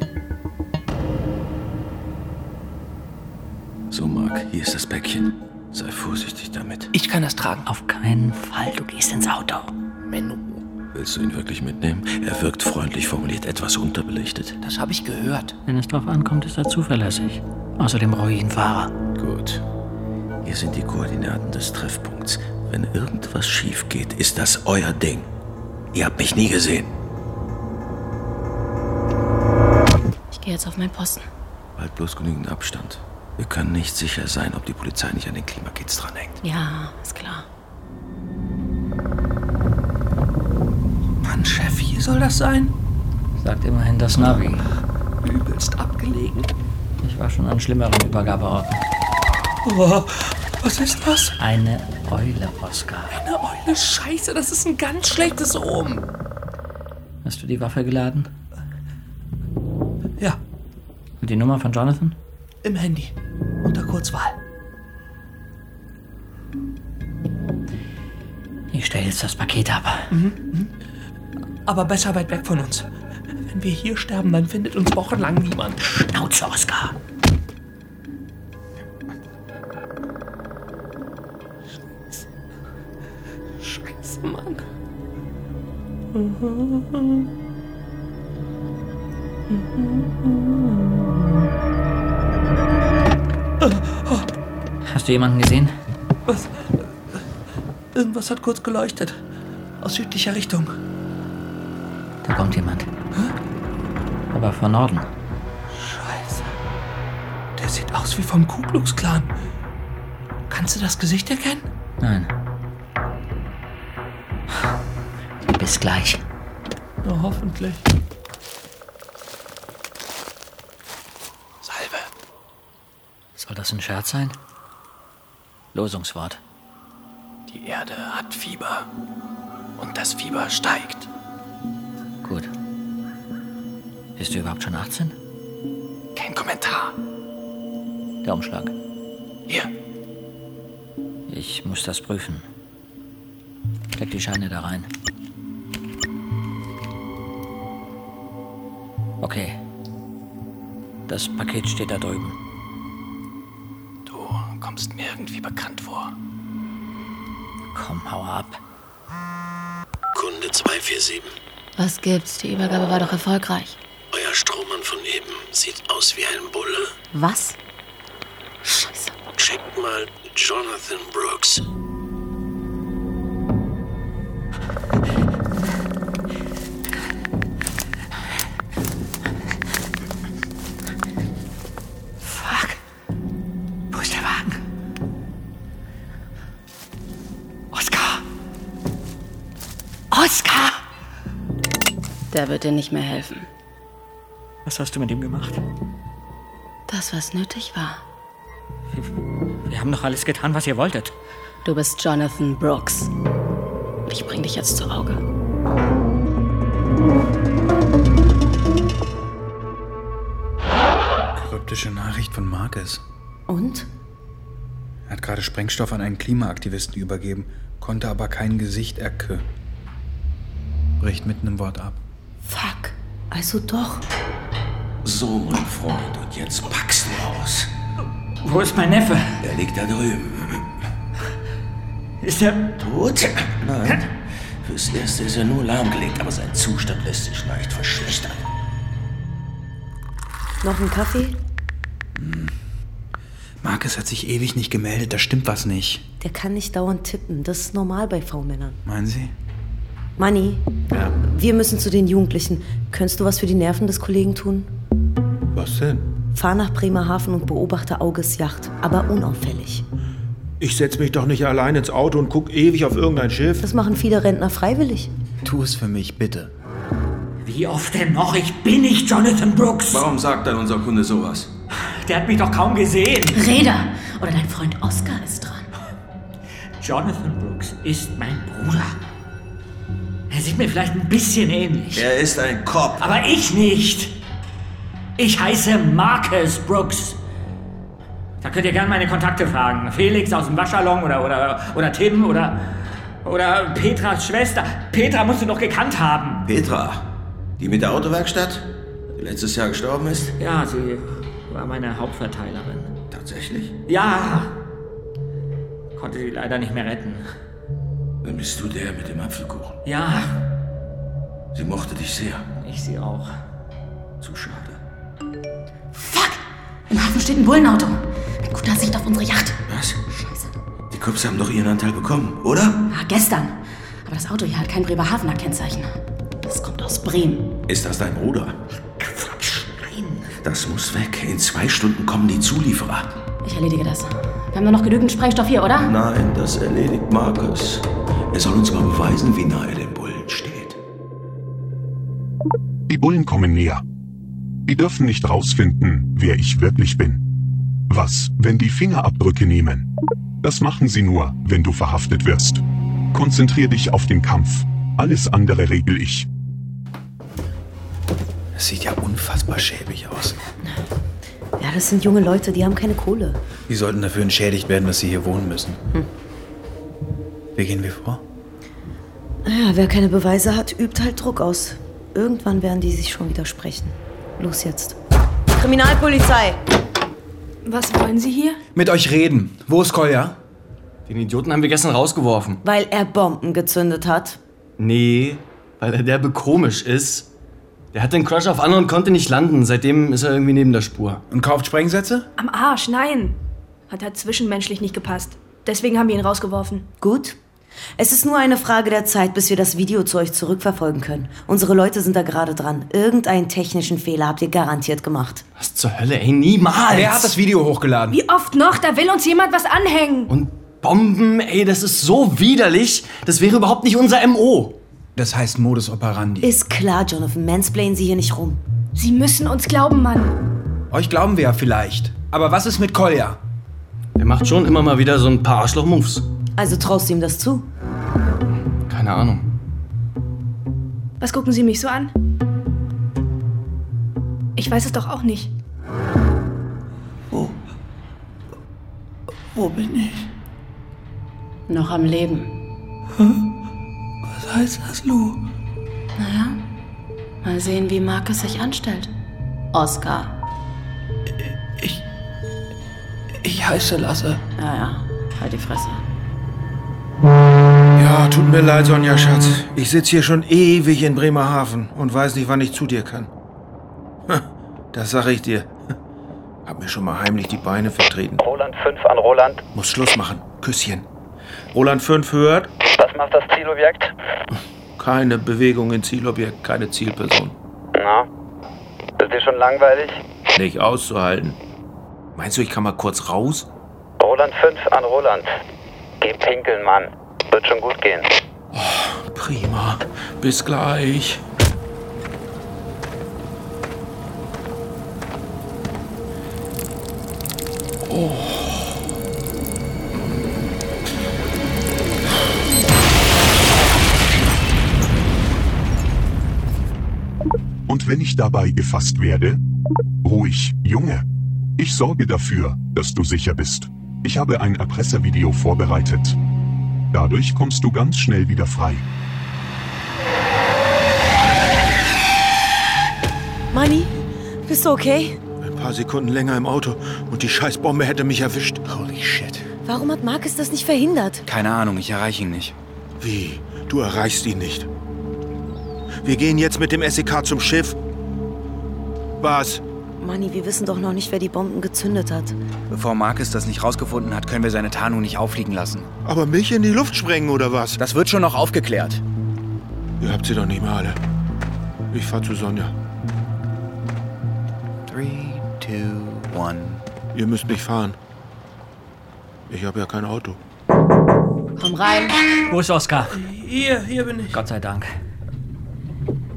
S14: So, Mark, hier ist das Päckchen. Sei vorsichtig damit.
S10: Ich kann das tragen. Auf keinen Fall. Du gehst ins Auto. Menno.
S14: Willst du ihn wirklich mitnehmen? Er wirkt freundlich formuliert, etwas unterbelichtet.
S10: Das habe ich gehört. Wenn es drauf ankommt, ist er zuverlässig. Außerdem ruhigen Fahrer.
S14: Gut. Hier sind die Koordinaten des Treffpunkts. Wenn irgendwas schief geht, ist das euer Ding. Ihr habt mich nie gesehen.
S19: Ich gehe jetzt auf meinen Posten.
S14: Halt bloß genügend Abstand. Wir können nicht sicher sein, ob die Polizei nicht an den Klimakids dranhängt.
S19: Ja, Ah, ist klar.
S9: Mann, Chef, hier soll das sein?
S10: Sagt immerhin das Navi.
S9: Übelst abgelegen.
S10: Ich war schon an schlimmeren Übergabeorten.
S14: Oh.
S9: Boah, Oh, was ist das?
S10: Eine Eule, Oscar.
S9: Eine Eule, scheiße, das ist ein ganz schlechtes Omen.
S10: Hast du die Waffe geladen?
S9: Ja.
S10: Und die Nummer von Jonathan?
S9: Im Handy. Unter Kurzwahl.
S10: Ich stelle jetzt das Paket ab.
S9: Mhm. Aber besser weit weg von uns. Wenn wir hier sterben, dann findet uns wochenlang niemand.
S10: Schnauze, Oscar.
S9: Scheiße, Mann.
S10: Hast du jemanden gesehen?
S9: Äh, oh, Was? Irgendwas hat kurz geleuchtet. Aus südlicher Richtung.
S10: Da kommt jemand. Aber von Norden.
S9: Scheiße. Der sieht aus wie vom Ku Klux Klan. Kannst du das Gesicht erkennen?
S10: Nein. Bis gleich.
S9: Na, hoffentlich.
S10: Salve. Soll das ein Scherz sein? Losungswort.
S6: Die Erde hat Fieber. Und das Fieber steigt.
S10: Gut. Bist du überhaupt schon 18?
S6: Kein Kommentar.
S10: Der Umschlag.
S6: Hier.
S10: Ich muss das prüfen. Steck die Scheine da rein. Okay. Das Paket steht da drüben.
S6: Du kommst mir irgendwie bekannt vor.
S10: Komm, hau ab.
S6: Kunde 247.
S19: Was gibt's? Die Übergabe war doch erfolgreich.
S6: Euer Strohmann von eben sieht aus wie ein Bulle.
S19: Was?
S6: Checkt mal Jonathan Brooks.
S9: Fuck. Wo ist der Wagen? Oskar! Oskar!
S19: Der wird dir nicht mehr helfen.
S9: Was hast du mit ihm gemacht?
S19: Das, was nötig war.
S10: Wir haben doch alles getan, was ihr wolltet.
S19: Du bist Jonathan Brooks. Und ich bring dich jetzt zu Auge.
S7: Kryptische Nachricht von Marcus.
S8: Und?
S7: Er hat gerade Sprengstoff an einen Klimaaktivisten übergeben, konnte aber kein Gesicht erke. Bricht mitten im Wort ab.
S8: Fuck. Also doch.
S14: So, mein Freund, und jetzt packst du aus.
S9: Wo ist mein Neffe?
S14: Er liegt da drüben.
S9: Ist er
S14: tot? Nein. Fürs Erste ist er nur lahmgelegt, aber sein Zustand lässt sich leicht verschlechtern.
S8: Noch ein Kaffee?
S7: Hm. Marcus hat sich ewig nicht gemeldet, da stimmt was nicht.
S8: Der kann nicht dauernd tippen. Das ist normal bei V-Männern.
S7: Meinen Sie?
S8: Manni,
S7: Ja.
S8: wir müssen zu den Jugendlichen. Könntest du was für die Nerven des Kollegen tun?
S4: Was denn?
S8: Fahr nach Bremerhaven und beobachte Auges Yacht, aber unauffällig.
S4: Ich setz mich doch nicht allein ins Auto und guck ewig auf irgendein Schiff.
S8: Das machen viele Rentner freiwillig.
S7: Tu es für mich, bitte.
S10: Wie oft denn noch? Ich bin nicht Jonathan Brooks.
S4: Warum sagt dann unser Kunde sowas?
S10: Der hat mich doch kaum gesehen.
S19: Reda! Oder dein Freund Oscar ist dran.
S10: Jonathan Brooks ist mein Bruder. Er sieht mir vielleicht ein bisschen ähnlich.
S4: Er ist ein Kopf.
S10: Aber ich nicht. Ich heiße Marcus Brooks. Da könnt ihr gerne meine Kontakte fragen. Felix aus dem Waschsalon oder, oder, oder Tim oder, oder Petras Schwester. Petra musst du noch gekannt haben.
S4: Petra, die mit der Autowerkstatt, die letztes Jahr gestorben ist?
S10: Ja, sie war meine Hauptverteilerin.
S4: Tatsächlich?
S10: Ja! Konnte sie leider nicht mehr retten.
S4: Dann bist du der mit dem Apfelkuchen.
S10: Ja,
S4: Sie mochte dich sehr.
S10: ich sie auch.
S4: Zu schade.
S19: Im Hafen steht ein Bullenauto. Mit guter Sicht auf unsere Yacht.
S4: Was? Scheiße. Die Cops haben doch ihren Anteil bekommen, oder?
S19: Ah, gestern. Aber das Auto hier hat kein Bremerhavener Kennzeichen. Das kommt aus Bremen.
S4: Ist das dein Bruder? Quatsch, nein. Das muss weg. In zwei Stunden kommen die Zulieferer.
S19: Ich erledige das. Wir haben nur noch genügend Sprengstoff hier, oder?
S4: Nein, das erledigt Markus. Er soll uns mal beweisen, wie nahe er dem Bullen steht.
S13: Die Bullen kommen näher. Die dürfen nicht rausfinden, wer ich wirklich bin. Was, wenn die Fingerabdrücke nehmen? Das machen sie nur, wenn du verhaftet wirst. Konzentrier dich auf den Kampf. Alles andere regel ich.
S7: Das sieht ja unfassbar schäbig aus.
S8: Ja, das sind junge Leute, die haben keine Kohle.
S7: Die sollten dafür entschädigt werden, dass sie hier wohnen müssen. Wie gehen wir vor?
S8: Naja, wer keine Beweise hat, übt halt Druck aus. Irgendwann werden die sich schon widersprechen. Los jetzt. Kriminalpolizei!
S3: Was wollen Sie hier?
S7: Mit euch reden. Wo ist Kolja?
S2: Den Idioten haben wir gestern rausgeworfen.
S8: Weil er Bomben gezündet hat.
S2: Nee, weil er derbe komisch ist. Der hat den Crush auf Anna und konnte nicht landen. Seitdem ist er irgendwie neben der Spur.
S7: Und kauft Sprengsätze?
S3: Am Arsch, nein. Hat halt zwischenmenschlich nicht gepasst. Deswegen haben wir ihn rausgeworfen.
S8: Gut. Es ist nur eine Frage der Zeit, bis wir das Video zu euch zurückverfolgen können. Unsere Leute sind da gerade dran. Irgendeinen technischen Fehler habt ihr garantiert gemacht.
S2: Was zur Hölle, ey, niemals!
S7: Wer hat das Video hochgeladen?
S3: Wie oft noch? Da will uns jemand was anhängen.
S2: Bomben, ey, das ist so widerlich. Das wäre überhaupt nicht unser MO.
S7: Das heißt Modus operandi.
S8: Ist klar, Jonathan, mansplainen Sie hier nicht rum.
S3: Sie müssen uns glauben, Mann.
S7: Euch glauben wir ja vielleicht. Aber was ist mit Kolja?
S2: Der macht schon immer mal wieder so ein paar Arschloch-Moves.
S8: Also traust du ihm das zu?
S2: Keine Ahnung.
S3: Was gucken Sie mich so an? Ich weiß es doch auch nicht.
S19: Wo bin ich? Noch am Leben.
S10: Was heißt das, Lou?
S19: Naja, mal sehen, wie Marcus sich anstellt. Oscar.
S10: Ich heiße Lasse.
S19: Ja, ja, halt die Fresse.
S4: Ja, tut mir leid, Sonja Schatz. Ich sitze hier schon ewig in Bremerhaven und weiß nicht, wann ich zu dir kann. Ha, Das sage ich dir. Hab mir schon mal heimlich die Beine vertreten.
S9: Roland 5 an Roland.
S4: Muss Schluss machen. Küsschen. Roland 5 hört.
S9: Was macht das Zielobjekt?
S4: Keine Bewegung in Zielobjekt, keine Zielperson.
S9: Na? Ist dir schon langweilig?
S4: Nicht auszuhalten. Meinst du, ich kann mal kurz raus?
S9: Roland 5 an Roland. Geh pinkeln, Mann. Wird schon gut gehen.
S4: Oh, Prima. Bis gleich. Oh.
S13: Und wenn ich dabei gefasst werde? Ruhig, Junge. Ich sorge dafür, dass du sicher bist. Ich habe ein Erpresservideo vorbereitet. Dadurch kommst du ganz schnell wieder frei.
S8: Manni, bist du okay?
S4: Ein paar Sekunden länger im Auto und die Scheißbombe hätte mich erwischt. Holy shit.
S8: Warum hat Marcus das nicht verhindert?
S7: Keine Ahnung, ich erreiche ihn nicht.
S4: Wie? Du erreichst ihn nicht. Wir gehen jetzt mit dem SEK zum Schiff. Was?
S8: Manni, wir wissen doch noch nicht, wer die Bomben gezündet hat.
S7: Bevor Marcus das nicht rausgefunden hat, können wir seine Tarnung nicht auffliegen lassen.
S4: Aber mich in die Luft sprengen oder was?
S7: Das wird schon noch aufgeklärt.
S4: Ihr habt sie doch nicht mehr alle. Ich fahr zu Sonja.
S7: Three, two, one.
S4: Ihr müsst mich fahren. Ich habe ja kein Auto.
S19: Komm rein.
S10: Wo ist Oscar?
S26: Hier, hier bin ich.
S10: Gott sei Dank.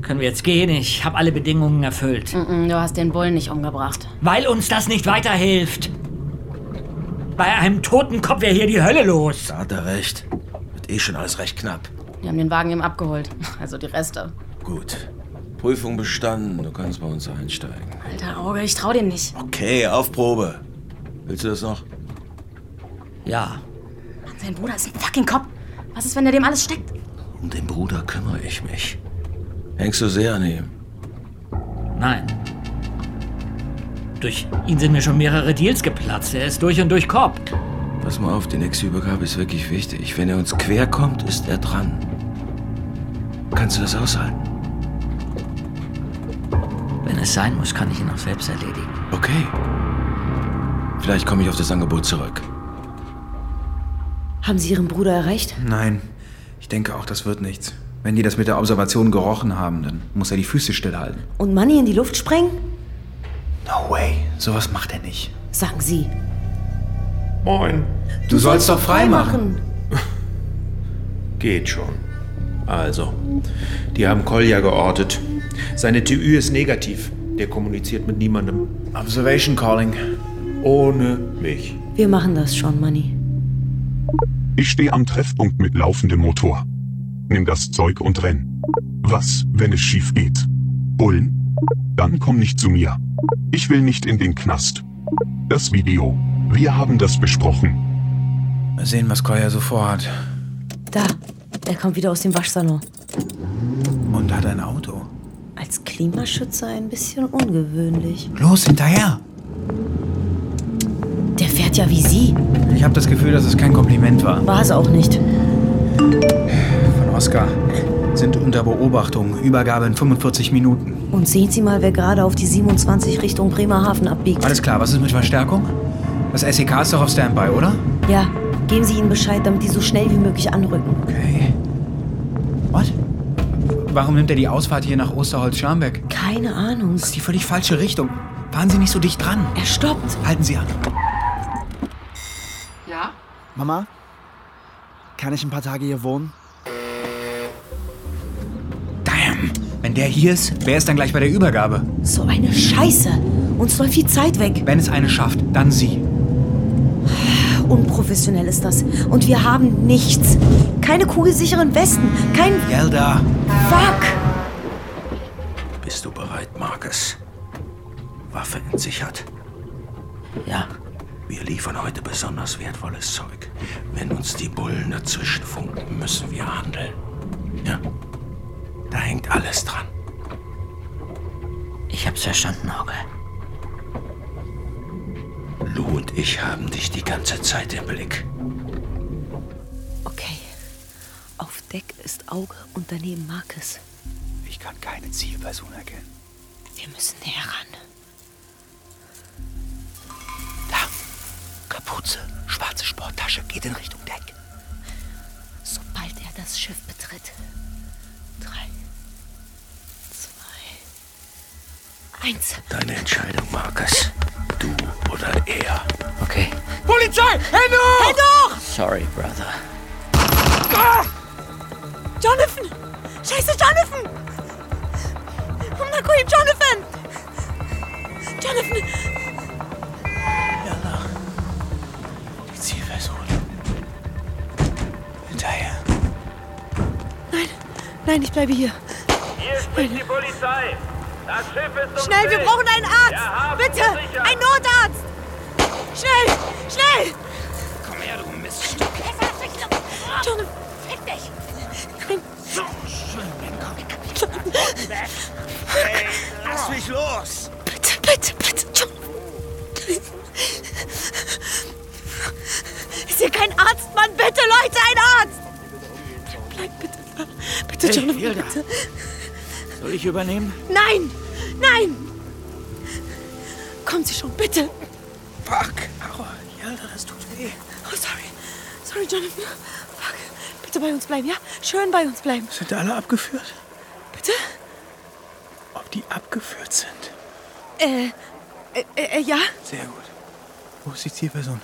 S10: Können wir jetzt gehen? Ich habe alle Bedingungen erfüllt.
S19: Mm-mm, Du hast den Bullen nicht umgebracht.
S10: Weil uns das nicht weiterhilft. Bei einem toten Kopf wäre hier die Hölle los.
S27: Da hat er recht. Wird eh schon alles recht knapp.
S19: Wir haben den Wagen eben abgeholt. Also die Reste.
S14: Gut. Prüfung bestanden, du kannst bei uns einsteigen.
S19: Alter Auge, ich trau dem nicht.
S14: Okay, auf Probe. Willst du das noch?
S10: Ja.
S19: Mann, sein Bruder ist ein fucking Kopf. Was ist, wenn er dem alles steckt?
S14: Um den Bruder kümmere ich mich. Hängst du sehr an ihm?
S10: Nein. Durch ihn sind mir schon mehrere Deals geplatzt. Er ist durch und durch Korb.
S14: Pass mal auf, die nächste Übergabe ist wirklich wichtig. Wenn er uns quer kommt, ist er dran. Kannst du das aushalten?
S28: Wenn es sein muss, kann ich ihn auch selbst erledigen.
S14: Okay. Vielleicht komme ich auf das Angebot zurück.
S8: Haben Sie Ihren Bruder erreicht?
S7: Nein, ich denke auch, das wird nichts. Wenn die das mit der Observation gerochen haben, dann muss er die Füße stillhalten.
S8: Und Manny in die Luft sprengen?
S7: No way, sowas macht er nicht.
S8: Sagen Sie.
S4: Moin.
S7: Du, sollst doch freimachen.
S4: Geht schon. Also, die haben Kolja geortet. Seine TÜ ist negativ. Der kommuniziert mit niemandem.
S7: Observation Calling.
S4: Ohne mich.
S8: Wir machen das schon, Manny.
S13: Ich stehe am Treffpunkt mit laufendem Motor. Nimm das Zeug und renn. Was, wenn es schief geht? Bullen? Dann komm nicht zu mir. Ich will nicht in den Knast. Das Video. Wir haben das besprochen.
S7: Mal sehen, was Koya so vorhat.
S8: Da. Er kommt wieder aus dem Waschsalon.
S7: Und hat ein Auto.
S8: Als Klimaschützer ein bisschen ungewöhnlich.
S7: Los, hinterher!
S8: Der fährt ja wie Sie.
S7: Ich habe das Gefühl, dass es kein Kompliment war.
S8: War es auch nicht.
S7: Von Oscar. Sind unter Beobachtung. Übergabe in 45 Minuten.
S8: Und sehen Sie mal, wer gerade auf die 27 Richtung Bremerhaven abbiegt.
S7: Alles klar, was ist mit Verstärkung? Das SEK ist doch auf Standby, oder?
S8: Ja, geben Sie ihnen Bescheid, damit die so schnell wie möglich anrücken.
S7: Okay. What? Warum nimmt er die Ausfahrt hier nach Osterholz-Scharmbeck?
S8: Keine Ahnung. Das
S7: ist die völlig falsche Richtung. Fahren Sie nicht so dicht dran.
S8: Er stoppt.
S7: Halten Sie an.
S19: Ja?
S9: Mama, kann ich ein paar Tage hier wohnen?
S7: Wenn der hier ist, wer ist dann gleich bei der Übergabe?
S8: So eine Scheiße. Uns läuft die Zeit weg.
S7: Wenn es eine schafft, dann sie.
S8: Unprofessionell ist das. Und wir haben nichts. Keine kugelsicheren Westen. Kein
S7: Gelda.
S8: Fuck.
S14: Bist du bereit, Marcus? Waffe entsichert.
S28: Ja.
S14: Wir liefern heute besonders wertvolles Zeug. Wenn uns die Bullen dazwischen funken, müssen wir handeln. Ja? Da hängt alles dran.
S28: Ich hab's verstanden, Auge.
S14: Lou und ich haben dich die ganze Zeit im Blick.
S8: Okay. Auf Deck ist Auge und daneben Marcus.
S7: Ich kann keine Zielperson erkennen.
S8: Wir müssen näher ran.
S9: Kapuze, schwarze Sporttasche, geht in Richtung Deck.
S8: Sobald er das Schiff betritt. Drei, zwei, eins.
S14: Deine Entscheidung, Marcus. Du oder er.
S28: Okay.
S9: Polizei! Hände hoch! Hände hoch!
S28: Sorry, Brother.
S9: Jonathan! Scheiße, Jonathan! Komm da, Queen, Jonathan! Jonathan!
S14: Die Zielperson. Hinterher.
S9: Nein, nein, ich bleibe hier.
S16: Hier spricht die Polizei. Das Schiff ist
S9: Schnell, wir
S16: umstellt.
S9: brauchen einen
S16: Der
S9: Arzt!
S16: Hafen
S9: Bitte!
S16: ist sicher.
S9: Ein Notarzt! Schnell! Schnell!
S16: Komm her, du Mist.
S9: Jonathan! Fick dich! Komm! So schön, Jonathan! Hey, lass mich los! Bitte, bitte, bitte, Jonathan! Ist hier kein Arzt, Mann? Bitte, Leute, ein Arzt! Bleib bitte da. Bitte,
S29: Hey,
S9: Jonathan,
S29: Hilda.
S9: bitte.
S29: Soll ich übernehmen?
S9: Nein! Nein! Kommen Sie schon, bitte! Fuck! Aua, Alter, das tut weh. Oh, sorry. Sorry, Jonathan. Fuck. Bitte bei uns bleiben, ja? Schön bei uns bleiben.
S29: Sind alle abgeführt?
S9: Bitte?
S29: Ob die abgeführt sind?
S9: Äh, äh, äh ja?
S29: Sehr gut. Wo ist die Zielperson?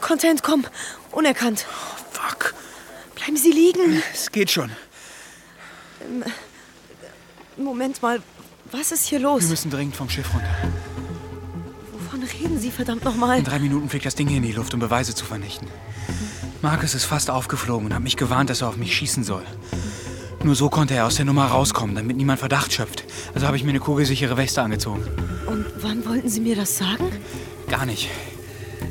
S9: Content, komm. Unerkannt. Oh, fuck. Bleiben Sie liegen.
S7: Es geht schon.
S9: Ähm,
S5: Moment mal, was ist hier los?
S7: Wir müssen dringend vom Schiff runter.
S5: Wovon reden Sie verdammt nochmal?
S7: In drei Minuten fliegt das Ding hier in die Luft, um Beweise zu vernichten. Marcus ist fast aufgeflogen und hat mich gewarnt, dass er auf mich schießen soll. Nur so konnte er aus der Nummer rauskommen, damit niemand Verdacht schöpft. Also habe ich mir eine kugelsichere Weste angezogen.
S5: Und wann wollten Sie mir das sagen?
S7: Gar nicht.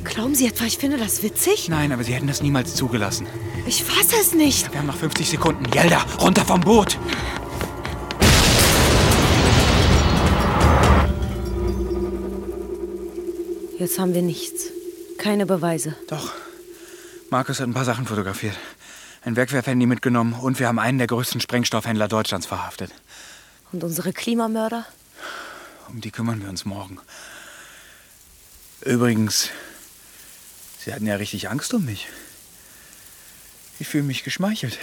S5: Glauben Sie etwa, ich finde das witzig?
S7: Nein, aber sie hätten das niemals zugelassen.
S5: Ich fasse es nicht.
S7: Wir haben noch 50 Sekunden. Gelder, runter vom Boot!
S8: Jetzt haben wir nichts. Keine Beweise.
S7: Doch. Markus hat ein paar Sachen fotografiert. Ein Wegwerfhandy mitgenommen und wir haben einen der größten Sprengstoffhändler Deutschlands verhaftet.
S8: Und unsere Klimamörder?
S7: Um die kümmern wir uns morgen. Übrigens, Sie hatten ja richtig Angst um mich. Ich fühle mich geschmeichelt.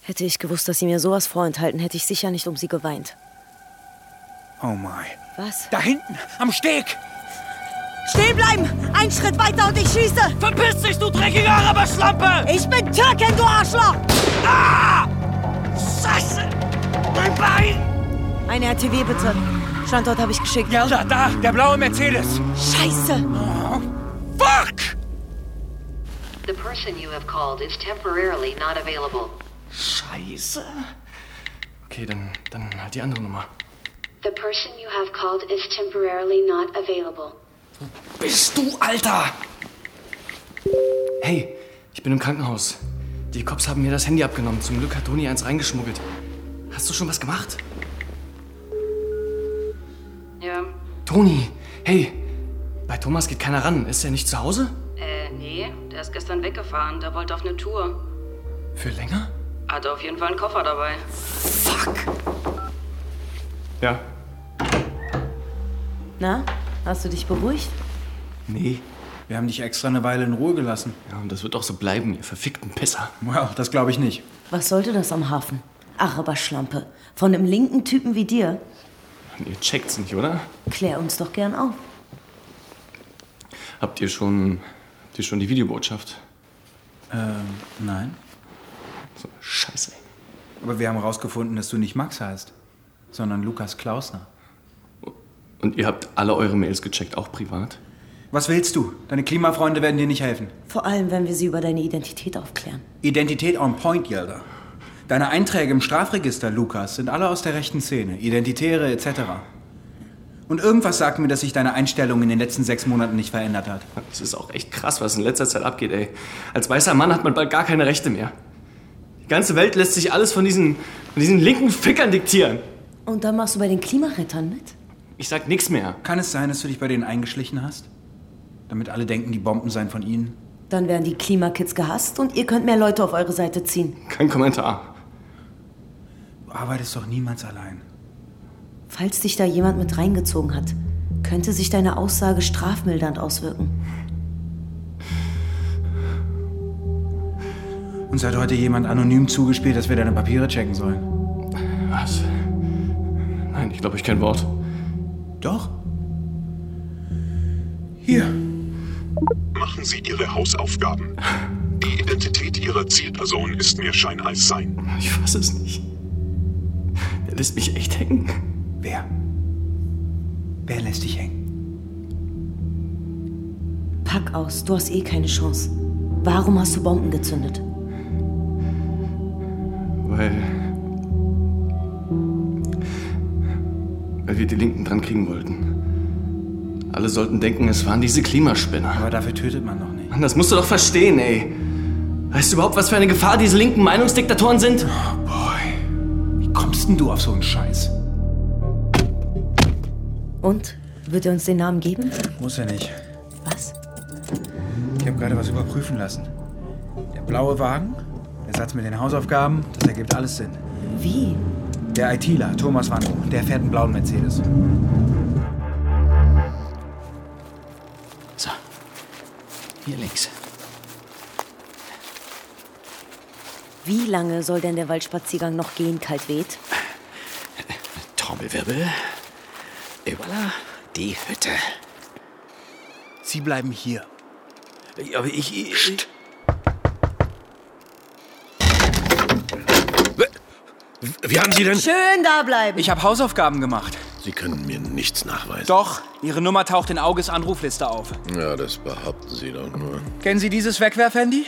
S8: Hätte ich gewusst, dass Sie mir sowas vorenthalten, hätte ich sicher nicht um Sie geweint.
S7: Oh my.
S8: Was?
S7: Da hinten, am Steg!
S5: Stehen bleiben! Ein Schritt weiter und ich schieße! Verpiss dich, du dreckige Araberschlampe! Ich bin Türkin, du Arschloch! Ah! Scheiße! Mein Bein! Eine RTW bitte. Standort habe ich geschickt.
S7: Gelda, da! Der blaue Mercedes!
S5: Scheiße!
S7: Fuck!
S1: The person you have called is temporarily not available.
S2: Scheiße. Okay, dann, dann halt die andere Nummer.
S1: The person you have called is temporarily not available.
S2: Bist du, Alter? Hey, ich bin im Krankenhaus. Die Cops haben mir das Handy abgenommen. Zum Glück hat Toni eins reingeschmuggelt. Hast du schon was gemacht?
S1: Ja,
S2: Toni, hey, bei Thomas geht keiner ran. Ist er nicht zu Hause?
S1: äh, nee, der ist gestern weggefahren. Der wollte auf eine Tour.
S2: Für länger?
S1: Hatte auf jeden Fall einen Koffer dabei.
S2: Ja.
S8: Na, hast du dich beruhigt?
S2: Nee.
S7: Wir haben dich extra eine Weile in Ruhe gelassen.
S2: Ja, und das wird auch so bleiben, ihr verfickten Pisser.
S7: Wow, das glaube ich nicht.
S8: Was sollte das am Hafen? Araberschlampe. Von einem linken Typen wie dir.
S2: Ihr checkt's nicht, oder?
S8: Klär uns doch gern auf.
S2: Habt ihr schon, habt ihr schon die Videobotschaft?
S7: Ähm, nein.
S2: So, scheiße.
S7: Aber wir haben herausgefunden, dass du nicht Max heißt, sondern Lukas Klausner.
S2: Und ihr habt alle eure Mails gecheckt, auch privat?
S7: Was willst du? Deine Klimafreunde werden dir nicht helfen.
S8: Vor allem, wenn wir sie über deine Identität aufklären.
S7: Identität on point, Jelda. Deine Einträge im Strafregister, Lukas, sind alle aus der rechten Szene. Identitäre etc. Und irgendwas sagt mir, dass sich deine Einstellung in den letzten sechs Monaten nicht verändert hat.
S2: Das ist auch echt krass, was in letzter Zeit abgeht, ey. Als weißer Mann hat man bald gar keine Rechte mehr. Die ganze Welt lässt sich alles von diesen, von diesen linken Fickern diktieren.
S8: Und dann machst du bei den Klimarettern mit?
S2: Ich sag nichts mehr.
S7: Kann es sein, dass du dich bei denen eingeschlichen hast? Damit alle denken, die Bomben seien von ihnen?
S8: Dann werden die Klimakids gehasst und ihr könnt mehr Leute auf eure Seite ziehen.
S2: Kein Kommentar.
S7: Du arbeitest doch niemals allein.
S8: Falls dich da jemand mit reingezogen hat, könnte sich deine Aussage strafmildernd auswirken.
S7: Uns hat heute jemand anonym zugespielt, dass wir deine Papiere checken sollen.
S2: Was? Nein, ich glaube, ich kein Wort.
S7: Doch?
S13: Hier. Machen Sie Ihre Hausaufgaben. Die Identität Ihrer Zielperson ist mir Scheineis sein.
S2: Ich fasse es nicht. Der lässt mich echt hängen.
S7: Wer? Wer lässt dich hängen?
S8: Pack aus, du hast eh keine Chance. Warum hast du Bomben gezündet?
S2: Weil. Weil wir die Linken dran kriegen wollten. Alle sollten denken, es waren diese Klimaspinner.
S7: Aber dafür tötet man noch nicht.
S2: Mann, das musst du doch verstehen, ey. Weißt du überhaupt, was für eine Gefahr diese linken Meinungsdiktatoren sind?
S7: Oh, Wie kommst denn du auf so einen Scheiß?
S8: Und? Wird er uns den Namen geben?
S7: Muss er nicht.
S8: Was?
S7: Ich habe gerade was überprüfen lassen. Der blaue Wagen, der Satz mit den Hausaufgaben, das ergibt alles Sinn.
S8: Wie?
S7: Der ITler, Thomas Wanko, der fährt einen blauen Mercedes.
S6: So. Hier links.
S8: Wie lange soll denn der Waldspaziergang noch gehen, kalt weht?
S6: Trommelwirbel. Voilà. Die Hütte.
S7: Sie bleiben hier.
S6: Aber ich. ich
S16: Wie haben Sie denn...
S8: Schön da bleiben.
S7: Ich habe Hausaufgaben gemacht.
S16: Sie können mir nichts nachweisen.
S7: Doch, Ihre Nummer taucht in Auges Anrufliste auf.
S16: Ja, das behaupten Sie doch nur.
S7: Kennen Sie dieses Wegwerfhandy?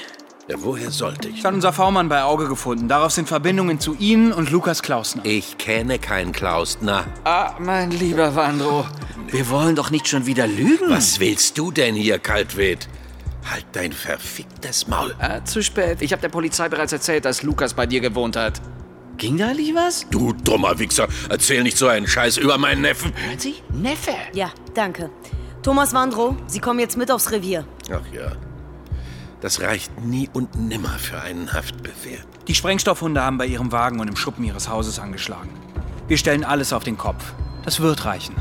S16: Ja, woher sollte ich?
S7: Das hat unser V-Mann bei Auge gefunden. Darauf sind Verbindungen zu Ihnen und Lukas Klausner.
S12: Ich kenne keinen Klausner.
S7: Ah,
S12: Mein lieber Wandro, wir wollen doch nicht schon wieder lügen.
S16: Was willst du denn hier, Kaltwed? Halt dein verficktes Maul.
S12: Ah, zu spät. Ich habe der Polizei bereits erzählt, dass Lukas bei dir gewohnt hat. Ging da nicht was?
S16: Du dummer Wichser, erzähl nicht so einen Scheiß über meinen Neffen.
S12: Sie? Neffe.
S8: Ja, danke. Thomas Wandro, Sie kommen jetzt mit aufs Revier.
S16: Ach ja. Das reicht nie und nimmer für einen Haftbefehl.
S7: Die Sprengstoffhunde haben bei Ihrem Wagen und im Schuppen Ihres Hauses angeschlagen. Wir stellen alles auf den Kopf. Das wird reichen.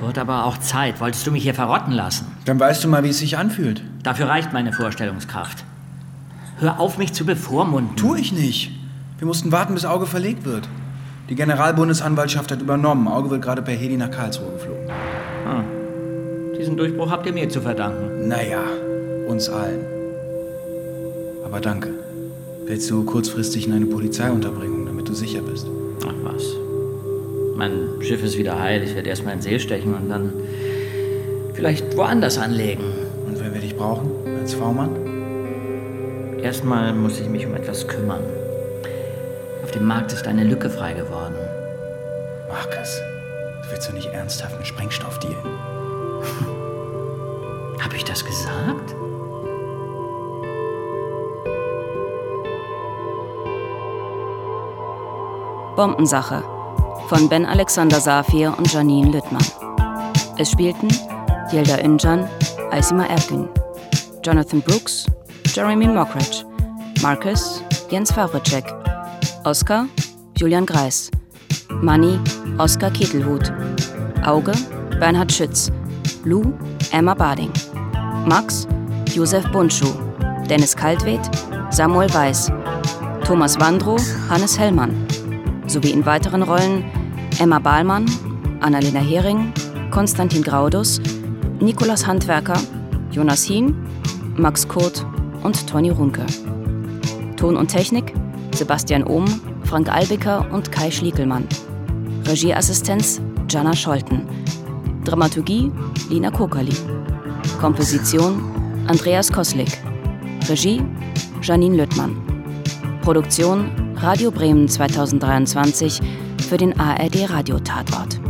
S30: Wird aber auch Zeit. Wolltest du mich hier verrotten lassen?
S7: Dann weißt du mal, wie es sich anfühlt.
S30: Dafür reicht meine Vorstellungskraft. Hör auf, mich zu bevormunden.
S7: Tu ich nicht. Wir mussten warten, bis Auge verlegt wird. Die Generalbundesanwaltschaft hat übernommen. Auge wird gerade per Heli nach Karlsruhe geflogen.
S30: Hm. Diesen Durchbruch habt ihr mir zu verdanken.
S7: Naja, uns allen. Aber danke. Willst du kurzfristig in eine Polizeiunterbringung, damit du sicher bist?
S10: Ach was. Mein Schiff ist wieder heil. Ich werde erstmal in den See stechen und dann vielleicht woanders anlegen.
S7: Und wen werde ich brauchen? Als V-Mann?
S10: Erstmal muss ich mich um etwas kümmern. Auf dem Markt ist eine Lücke frei geworden.
S7: Markus, willst du nicht ernsthaft mit Sprengstoff dealen?
S10: Hab ich das gesagt?
S6: Bombensache von Ben Alexander Safir und Janine Lüttmann. Es spielten Yelda Injan, Aisima Ergün, Jonathan Brooks, Jeremy Mockridge, Marcus, Jens Favrecek, Oscar, Julian Greis, Manny, Oscar Kittelhut, Auge, Bernhard Schütz, Lou, Emma Bading, Max, Josef Bunschuh, Dennis Kaltwed, Samuel Weiß, Thomas Wandro, Hannes Hellmann, sowie in weiteren Rollen Emma Bahlmann, Annalena Hering, Konstantin Graudus, Nikolas Handwerker, Jonas Hien, Max Kurt und Toni Runke. Ton und Technik Sebastian Ohm, Frank Albiker und Kai Schliekelmann. Regieassistenz Jana Scholten. Dramaturgie Lina Kokali. Komposition Andreas Koslik. Regie Janine Lüttmann. Produktion Radio Bremen 2023 für den ARD Radio Tatort.